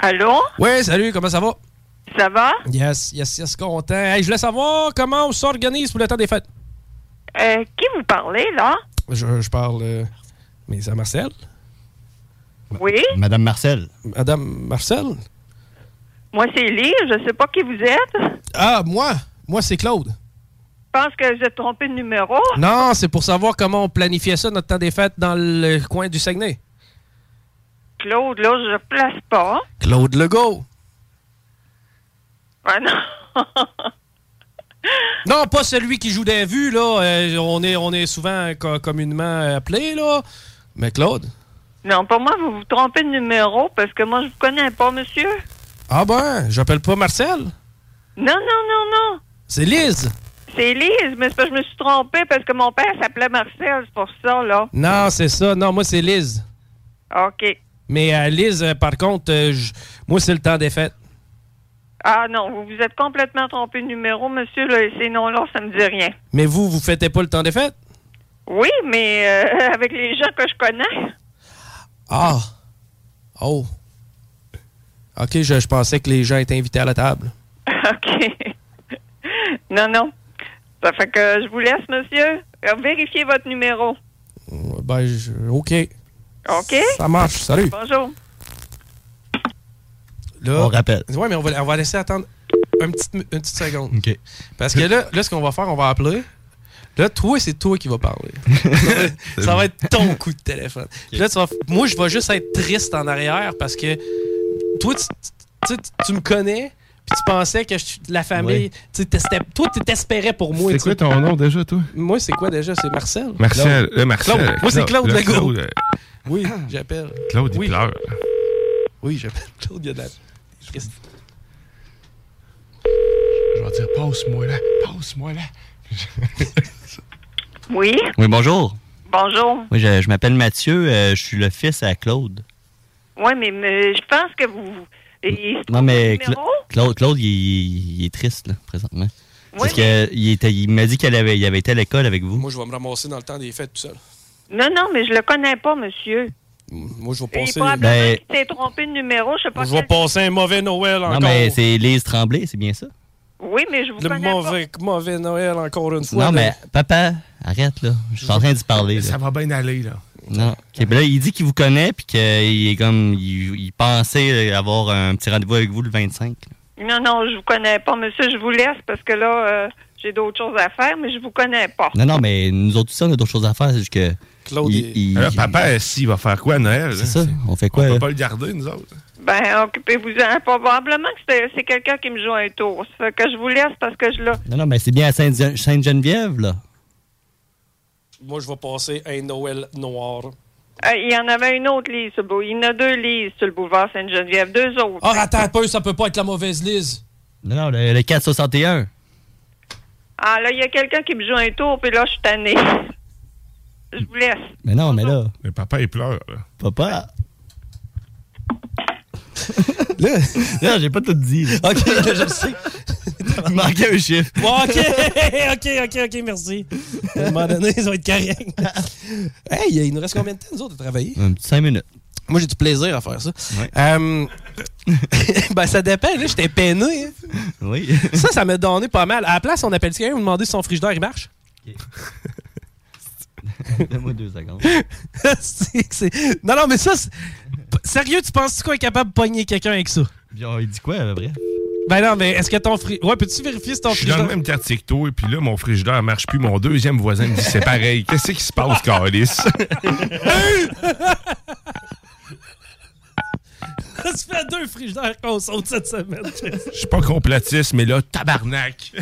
S22: Allô?
S4: Ouais, salut, comment ça va?
S22: Ça va?
S4: Yes, yes, yes, content. Hey, je voulais savoir comment on s'organise pour le temps des fêtes.
S22: Euh, qui vous parlez, là?
S4: Je, je parle. euh, mais c'est à Marcel?
S22: Oui?
S13: Madame Marcel.
S4: Madame Marcel?
S22: Moi, c'est Lise. Je sais pas qui vous êtes. Je
S4: Ah, moi? Moi, c'est Claude.
S22: pense que j'ai trompé de numéro.
S4: Non, c'est pour savoir comment on planifiait ça, notre temps des fêtes, dans le coin du Saguenay.
S22: Claude, là, je place pas.
S4: Claude Legault.
S22: Ah, non.
S4: [LAUGHS] Non, pas celui qui joue des vues, là. Euh, on, est, on est souvent euh, co- communément appelé, là. Mais Claude.
S22: Non, pour moi, vous vous trompez de numéro parce que moi, je vous connais pas, monsieur.
S4: Ah ben, j'appelle pas Marcel.
S22: Non, non, non, non.
S4: C'est Lise.
S22: C'est Lise, mais c'est parce que je me suis trompée parce que mon père s'appelait Marcel, c'est pour ça, là.
S4: Non, c'est ça. Non, moi, c'est Lise.
S22: OK.
S4: Mais euh, Lise, euh, par contre, euh, je- moi, c'est le temps des fêtes.
S22: Ah non, vous vous êtes complètement trompé de numéro, monsieur. Là, ces noms-là, ça me dit rien.
S4: Mais vous, vous fêtez pas le temps des fêtes?
S22: Oui, mais euh, [LAUGHS] avec les gens que je connais. [LAUGHS]
S4: Ah. Oh. OK, je, je pensais que les gens étaient invités à la table.
S22: OK. [LAUGHS] non, non. Ça fait que je vous laisse, monsieur. Euh, Vérifiez votre numéro.
S4: Euh, Ben, je- OK.
S22: OK?
S4: Ça marche. Salut.
S22: Bonjour.
S4: Là-
S13: On rappelle.
S4: Ouais, mais on va, on va laisser attendre une petite, mu- une petite seconde. Parce que là, là ce qu'on va faire, on va appeler. Là, toi, c'est toi qui vas
S12: [LAUGHS]
S4: parler. ça, va, ça va être ton coup de téléphone. Là, tu vas, f- moi, je vais juste être triste en arrière parce que toi, tu, tu- tu- tu me connais. Puis tu pensais que je suis de la famille.
S12: Ouais.
S4: Tu t'estais- toi, tu t'espérais pour moi.
S12: C'est
S4: tu
S12: quoi
S4: sais.
S12: ton nom déjà, toi?
S4: Moi, c'est quoi déjà? C'est Marcel?
S12: Marcel.
S4: Claude.
S12: Euh, Marcel.
S4: Claude. Moi, c'est Claude
S12: Le
S4: Legault.
S12: Claude, euh,
S4: Oui, j'appelle.
S12: Claude,
S4: Oui.
S12: il pleure.
S4: Oui, j'appelle Claude. Il y a de la... Christ.
S12: Je vais dire, passe-moi là, passe-moi [LAUGHS] là.
S22: Oui?
S13: Oui, bonjour.
S22: Bonjour.
S13: Oui, je, je m'appelle Mathieu. euh, je suis le fils à Claude.
S22: Oui, mais, mais je pense que vous. Et-
S13: Non, mais Cla-
S22: numéro?
S13: Claude, Claude il, il- il est triste, là, présentement. Parce
S22: mais-
S13: qu'il il m'a dit qu'il avait, il avait été à l'école avec vous.
S4: Moi, je vais me ramasser dans le temps des fêtes tout seul.
S22: Non, non, mais je le connais pas, monsieur.
S4: Moi, je vais
S22: Et
S4: passer...
S22: probablement qu'il s'est trompé de numéro. Je sais pas
S4: Ben, Je vais
S22: quel-
S4: passer un mauvais Noël encore.
S13: non, mais c'est Lise Tremblay, c'est bien ça?
S22: Oui, mais je vous
S4: Le
S22: connais
S4: mauvais, mauvais Noël encore une fois.
S13: non,
S4: là.
S13: mais papa, arrête, là. Je suis en train d'y parler. là.
S12: Ça va bien aller, là.
S13: Non. OK, ben là, il dit qu'il vous connaît, puis qu'il est comme. Il, il pensait avoir un petit rendez-vous avec vous le 25. là.
S22: pas. Non, non, je vous connais pas, monsieur. Je vous laisse parce que là, euh, j'ai d'autres choses à faire, mais je vous connais pas.
S13: Non, non, mais nous autres, aussi, on a d'autres choses à faire. C'est juste que.
S4: Claude
S13: il- il-
S12: Alors, Euh, papa, s'il va faire quoi à Noël? hein?
S13: C'est ça. On fait quoi,
S12: On
S13: là?
S12: peut pas le garder, nous autres.
S22: Ben, occupez-vous-en. Probablement que c'est c'est quelqu'un qui me joue un tour. Ça fait que je vous laisse parce que je l'ai.
S13: Non, non, mais c'est bien à Sainte- Sainte-Geneviève, là.
S4: Moi, je vais passer un Noël noir.
S22: Euh, il y en avait une autre lise sur le boulevard. Il y en a deux lises sur le boulevard Sainte-Geneviève. Deux autres.
S4: Ah, attends un peu, ça peut pas être la mauvaise Lise.
S13: Non, non, le, le 461.
S22: Ah, là, il y a quelqu'un qui me joue un tour, puis là, je suis tannée. [LAUGHS] je vous laisse.
S13: Mais non, mais là.
S12: Mais papa, il pleure, là.
S13: [LAUGHS] Papa. là, là j'ai pas tout dit. là.
S4: OK, je le sais.
S13: Il manquait un chiffre.
S4: Bon, OK, [LAUGHS] OK, OK, OK, merci. À un moment donné, ça va être correct. [LAUGHS] Hey, il nous reste combien de temps, nous autres, de travailler?
S13: Un petit 5 minutes.
S4: Moi, j'ai du plaisir à faire ça. Euh, [LAUGHS] ben, ça dépend. Là, j'étais peiné. hein.
S13: Oui.
S4: Ça, ça m'a donné pas mal. À la place, on appelle quelqu'un, vous demandez si son frigidaire, il marche.
S13: [LAUGHS] Donne-moi deux secondes.
S4: [LAUGHS] C'est que c'est- non, non, mais ça, c'est- P- sérieux, tu penses-tu qu'on est capable de pogner quelqu'un avec ça?
S13: Puis, oh, il dit quoi, à peu près?
S4: Ben non, mais est-ce que ton frigidaire... Ouais, peux-tu vérifier si ton
S12: Je suis dans le
S4: frigidaire...
S12: même quartier que toi, et puis là, mon frigidaire marche plus. Mon deuxième voisin me dit c'est pareil. Qu'est-ce qui se passe, [LAUGHS] Carlis?
S4: [LAUGHS] tu fais deux frigidaires qu'on saute cette semaine.
S12: Je suis pas complotiste, mais là, tabarnak.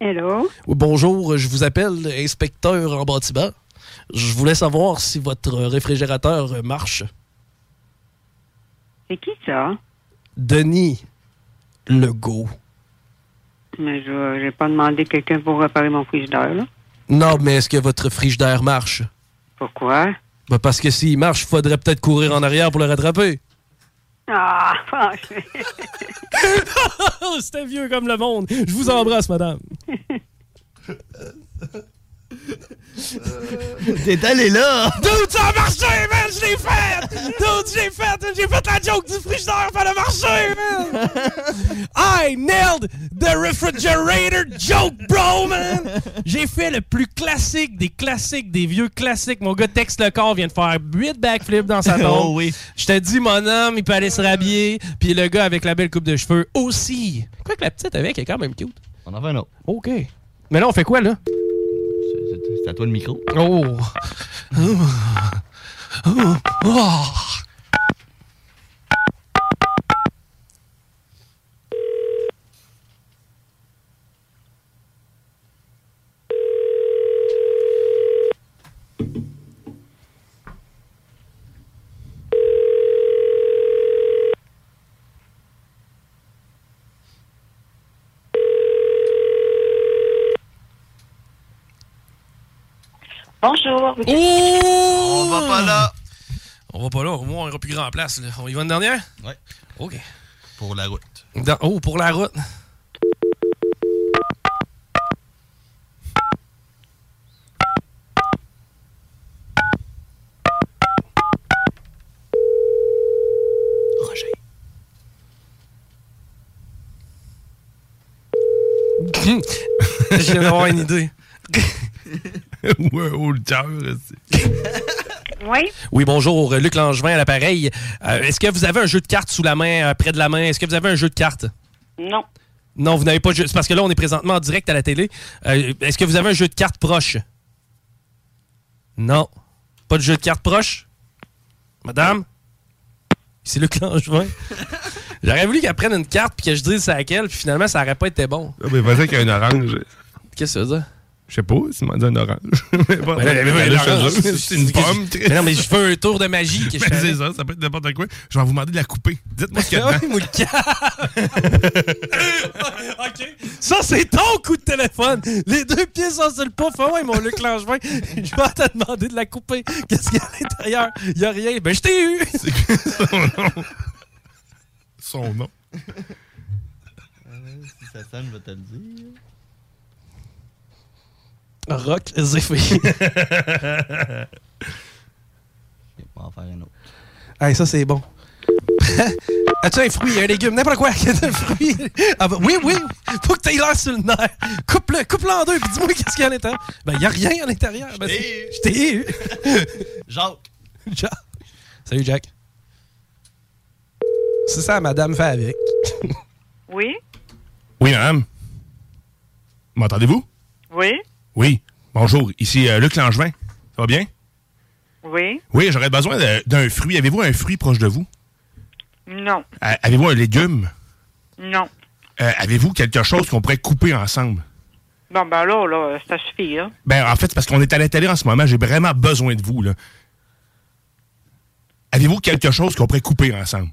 S26: Hello?
S4: Oui, bonjour, je vous appelle inspecteur en bâtiment. Je voulais savoir si votre réfrigérateur euh, marche.
S26: C'est qui ça?
S4: Denis Legault.
S26: Mais je n'ai pas demandé quelqu'un pour réparer mon frigidaire, là.
S4: Non, mais est-ce que votre frigidaire marche?
S26: Pourquoi?
S4: Ben, parce que s'il marche, faudrait peut-être courir en arrière pour le rattraper.
S26: Ah, [LAUGHS] franchement.
S4: [LAUGHS] C'était vieux comme le monde. Je vous embrasse, madame.
S13: Euh. T'es allé là!
S4: Dude, ça a marché, man! Je l'ai fait! Dude, j'ai fait! J'ai fait la joke du frigidaire, ça a marché, man!
S13: [LAUGHS]
S4: I nailed the refrigerator joke, bro, man! J'ai fait le plus classique des classiques, des vieux classiques. Mon gars texte le corps, vient de faire 8 backflips dans
S13: [LAUGHS]
S4: sa tombe.
S13: Oh oui.
S4: Je te dis, mon homme, il peut aller se rhabiller. Puis le gars avec la belle coupe de cheveux aussi. Quoi que la petite avec est quand même cute.
S13: On en fait un autre.
S4: OK. Mais là, on fait quoi, là?
S13: C'est à toi le micro.
S4: Oh!
S13: [LAUGHS]
S4: Oh. Oh.
S26: Bonjour.
S4: On
S13: va pas là.
S4: On va pas là. Au moins, on n'aura plus grand place. Là. On y va une dernière?
S13: Ouais.
S4: OK.
S13: Pour la route.
S4: Dans- oh, pour la route. Roger. [LAUGHS] Je viens d'avoir une idée. [LAUGHS] oh,
S12: Ou un holder,
S26: Oui?
S4: Oui, bonjour. Luc Langevin à l'appareil. Euh, Est-ce que vous avez un jeu de cartes sous la main, euh, près de la main? Est-ce que vous avez un jeu de cartes?
S26: Non.
S4: Non, vous n'avez pas de jeu. C'est parce que là, on est présentement en direct à la télé. Euh, Est-ce que vous avez un jeu de cartes proche? Non. Pas de jeu de cartes proche? Madame? C'est Luc Langevin. J'aurais voulu qu'elle prenne une carte puis que je dise c'est laquelle, puis finalement, ça aurait pas été bon.
S12: Ah, mais vas-y qu'il y a une orange.
S4: Qu'est-ce que ça veut dire?
S12: Je sais pas, tu m'as dit un orange. [LAUGHS] Mais bon,
S4: Mais là,
S12: elle
S4: mais
S12: est
S4: là,
S12: chez
S4: l'orange,
S12: eux. C'est une
S4: c'est-
S12: pomme.
S4: Mais non, mais je fais un tour de magie que je
S12: [LAUGHS] Mais
S4: fais
S12: c'est ça,
S4: avec.
S12: ça peut être n'importe quoi. Je vais vous demander de la couper. Dites-moi ce qu'il y [LAUGHS] a
S4: Ah oui,
S12: dedans.
S4: moi, le ca- [LAUGHS] OK. Ça, c'est ton coup de téléphone. Les deux pieds sont sur le pouf. Ah ouais, mon Luc Langevin, [LAUGHS] je vais te demander de la couper. Qu'est-ce qu'il y a à l'intérieur? Il y a rien. Ben, je t'ai eu.
S12: Son nom.
S13: Ah Si ça sonne, je vais te le [LAUGHS] dire.
S4: Rock Zéphy.
S13: On va en faire un autre.
S4: hey, ça, c'est bon. [LAUGHS] As-tu un fruit, un légume, n'importe quoi? [LAUGHS] Qu'est-ce un fruit? Ah, ben, oui, oui. Faut que t'ailles l'air sur le nerf. Coupe-le, coupe-le en deux, puis dis-moi qu'est-ce qu'il y a à l'intérieur. Ben, il y a rien à l'intérieur. Ben, c'est- je t'ai [LAUGHS] eu. [LAUGHS]
S13: Jacques.
S4: Jack. Salut, Jack. C'est ça, madame fait avec.
S26: Oui?
S12: Oui, madame. M'entendez-vous?
S26: Oui?
S12: Oui. Bonjour, ici euh, Luc Langevin. Ça va bien?
S26: Oui?
S12: Oui, j'aurais besoin de- d'un fruit. Avez-vous un fruit proche de vous?
S26: Non.
S12: A- Avez-vous un légume?
S26: Non.
S12: Euh, Avez-vous quelque chose qu'on pourrait couper ensemble?
S26: Bon, ben là, là, ça suffit, hein?
S12: Ben, en fait, c'est parce qu'on est à la télé en ce moment. J'ai vraiment besoin de vous, là. Avez-vous quelque chose qu'on pourrait couper ensemble?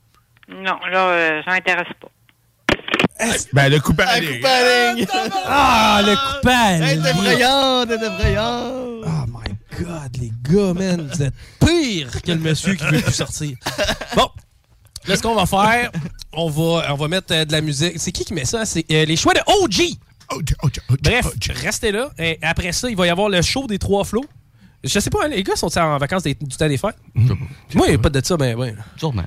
S26: Non, là, euh, ça m'intéresse pas.
S12: Ben, le couper à ligne.
S4: Ah, le coupable!
S13: Hey, t'es brillante, t'es brillante.
S4: God, les gars, man, vous êtes pire que le monsieur qui veut plus sortir. Bon, là, ce qu'on va faire, on va, on va mettre euh, de la musique. C'est qui qui met ça? C'est euh, les choix de OG! Bref, restez là. Et après ça, il va y avoir le show des trois flots. Je sais pas, hein, les gars sont en vacances des- du temps des fêtes? Moi, il n'y a pas de ça, mais ouais.
S13: Sûrement.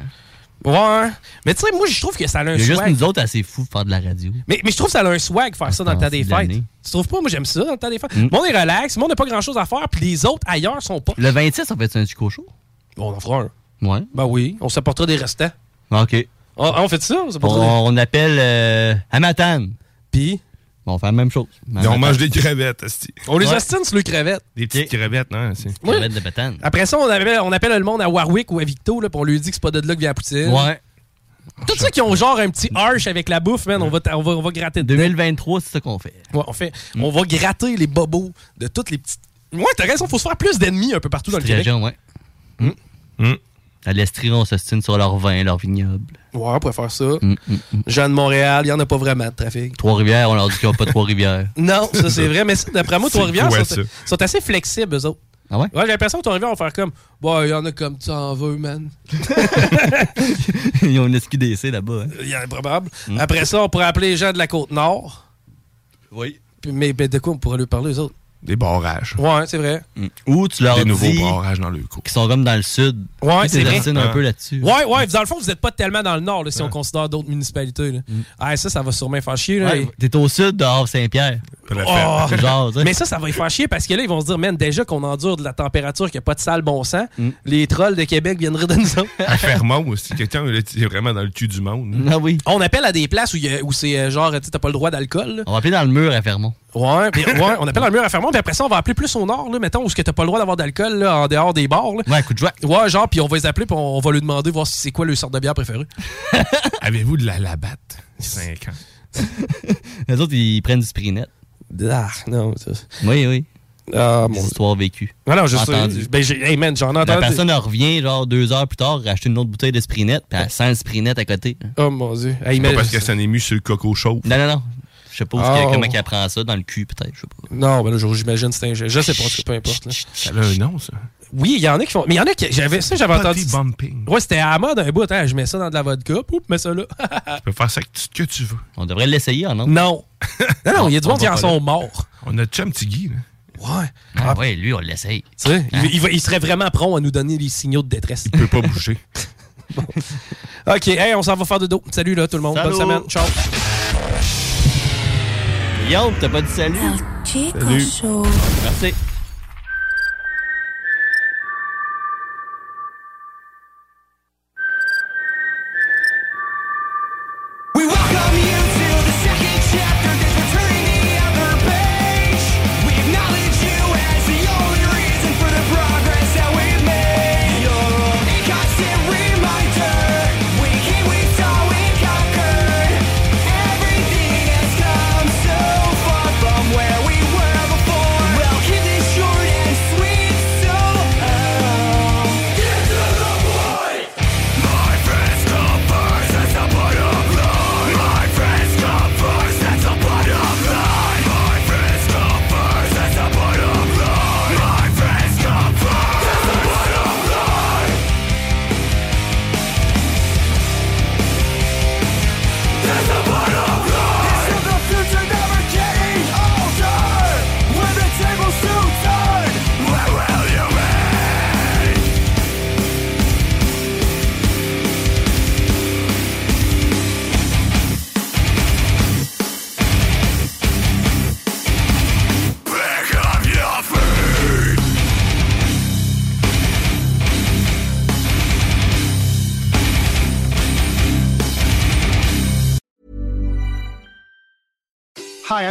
S4: Ouais. Mais tu sais, moi, je trouve que ça a un
S13: Il y a juste
S4: swag.
S13: nous autres assez fous de faire de la radio.
S4: Mais, mais je trouve que ça a un swag faire ça dans le
S13: Ah,
S4: temps des
S13: c'est de
S4: fêtes.
S13: l'année. Mm.
S4: Tu trouves pas? Moi, j'aime ça dans le temps des fêtes. Le monde est relax, le monde n'a pas grand chose à faire, puis les autres ailleurs sont pas.
S13: Le 26, on fait un Chico Show?
S4: On en fera un.
S13: Ouais.
S4: Ben oui, on s'apportera des restants.
S13: OK.
S4: Ah, ah, on fait ça? On
S13: On,
S4: s'apportera
S13: on appelle euh, à Matane.
S4: Puis?
S13: On fait la même chose.
S12: Et on mange des crevettes, asti.
S4: des- On les ostine sur les crevettes.
S12: Des petites crevettes, non? c'est-
S4: Ouais.
S13: Crevettes de patane.
S4: Après ça, on appelle, on appelle le monde à Warwick ou à Victo, là, puis on lui dit que c'est pas de là que vient la poutine.
S13: Ouais.
S4: Tout ceux qui ont genre un petit harsh avec la bouffe, man, on va, t- on va, on va gratter dedans.
S13: 2023, c'est ça qu'on fait.
S4: Ouais, on fait. On va gratter les bobos de toutes les petites. Ouais, t'as raison, faut se faire plus d'ennemis un peu partout dans le Québec. Hmm?
S13: Région, ouais. Hmm? À l'Estrie, on s'ostine sur leur vin, leur vignoble.
S4: Ouais, on pourrait faire ça.
S13: Mm.
S4: Jean de Montréal, il n'y en a pas vraiment de trafic.
S13: Hmm, Trois-Rivières, on leur dit qu'ils n'ont
S4: [LAUGHS]
S13: pas Trois-Rivières.
S4: Non, ça c'est vrai, mais ça, d'après moi,
S13: [LAUGHS] C'est
S4: Trois-Rivières
S13: quoi,
S4: sont,
S13: ça?
S4: sont assez flexibles, eux autres.
S13: Ah ouais?
S4: Ouais, j'ai l'impression que Trois-Rivières vont faire comme. Bon, il y en a comme tu en veux, man.
S13: [LAUGHS] Ils ont une SQDC là-bas. hein.
S4: Il y en a probable. Après ça, on pourrait appeler les gens de la Côte-Nord.
S13: Oui.
S4: mais ben, de quoi on pourrait leur parler, eux autres?
S13: Des barrages.
S4: Ouais, c'est vrai.
S13: Hmm. Ou tu leur
S4: Des
S13: dis
S4: nouveaux
S13: barrages dans le coup. Qui sont comme dans le sud.
S4: Ouais,
S13: Tu
S4: c'est vrai.
S13: t'ostines un peu là-dessus.
S4: Ouais, ouais. Dans le fond, vous n'êtes pas tellement dans le nord là, si on considère d'autres municipalités. là. Ah, ça, ça va sûrement faire chier. Là,
S13: Mm. Ouais, T'es au sud de Havre-Saint-Pierre.
S4: Oh!
S13: [LAUGHS] Genre, tu sais.
S4: mais ça, ça va les faire chier parce que là, ils vont se dire, man, déjà qu'on endure de la température, qu'il n'y a pas de sale bon sang,
S13: Mm.
S4: les trolls de Québec viendraient de nous autres.
S12: À Fermont aussi, quelqu'un là, qui est vraiment dans le cul du monde.
S4: [LAUGHS]
S12: là.
S13: [LAUGHS] Ah oui.
S4: On appelle à des places où, il y a- où c'est euh, genre, tu sais, t'as pas le droit d'alcool. là.
S13: On va appeler dans le mur à Fermont.
S4: Ouais,
S13: [LAUGHS]
S4: puis- ouais, on appelle un mur à Fermont, puis après ça, on va appeler plus au nord, là, mettons, où ce que t'as pas le droit d'avoir d'alcool, là, en dehors des bars, là.
S13: Ouais, coup de joie.
S4: Ouais, genre, puis on va les appeler, puis on, on va lui demander, voir si c'est quoi le sorte de bière
S13: [LAUGHS]
S4: préférée.
S12: Avez-vous de la labatte? 5 ans.
S13: Les autres, ils prennent du Sprinet.
S4: Ah, non. Ça...
S13: Oui, oui.
S4: Ah, mon...
S13: Histoire vécue.
S4: Non, non, je sais.
S13: Entendu.
S4: Ben, j'ai- hey, man, j'en ai
S13: La
S4: entendu.
S13: personne elle revient genre deux heures plus tard racheter une autre bouteille de Sprinet, puis elle sent le Sprinet à côté.
S4: Oh mon dieu.
S13: Hey,
S12: C'est
S13: mais-
S12: pas parce que ça n'est ému sur le coco chaud.
S13: Non, non, non. Je sais pas où
S12: Oh.
S13: est-ce que- comment qu'elle prend ça, dans le cul peut-être, je sais pas.
S4: Ah, Non, ben là, j'imagine que c'est un jeu. Je sais pas, en tout cas, peu importe. là.
S13: Ça
S12: a un nom, ça.
S4: Oui, il y en a qui font. Mais il y en a qui. J'avais ça, j'avais
S12: Body
S4: entendu.
S12: bumping.
S4: Ouais, c'était à la mode un bout. Hein. Je mets ça dans de la vodka, poup, mets ça là.
S12: Tu peux faire ça avec tout ce que tu veux.
S13: On devrait l'essayer, en non? [LAUGHS]
S4: Non. non, non, il y a du
S13: On
S4: monde qui
S13: va
S4: en
S13: pas
S4: sont
S13: là.
S4: morts.
S12: On a Chum Tiggy, là.
S4: Ouais.
S13: Ah, ouais, lui, on l'essaye.
S4: Tu sais, il, il va- il serait vraiment prompt à nous donner les signaux de détresse. Il peut
S12: pas
S4: [LAUGHS]
S12: bouger.
S4: OK, hey, on s'en va faire de dos. Salut, là, tout le monde.
S13: Salut.
S4: Bonne semaine. Ciao.
S13: Yo, t'as pas dit salut?
S4: Salut.
S13: Merci.
S25: Hi,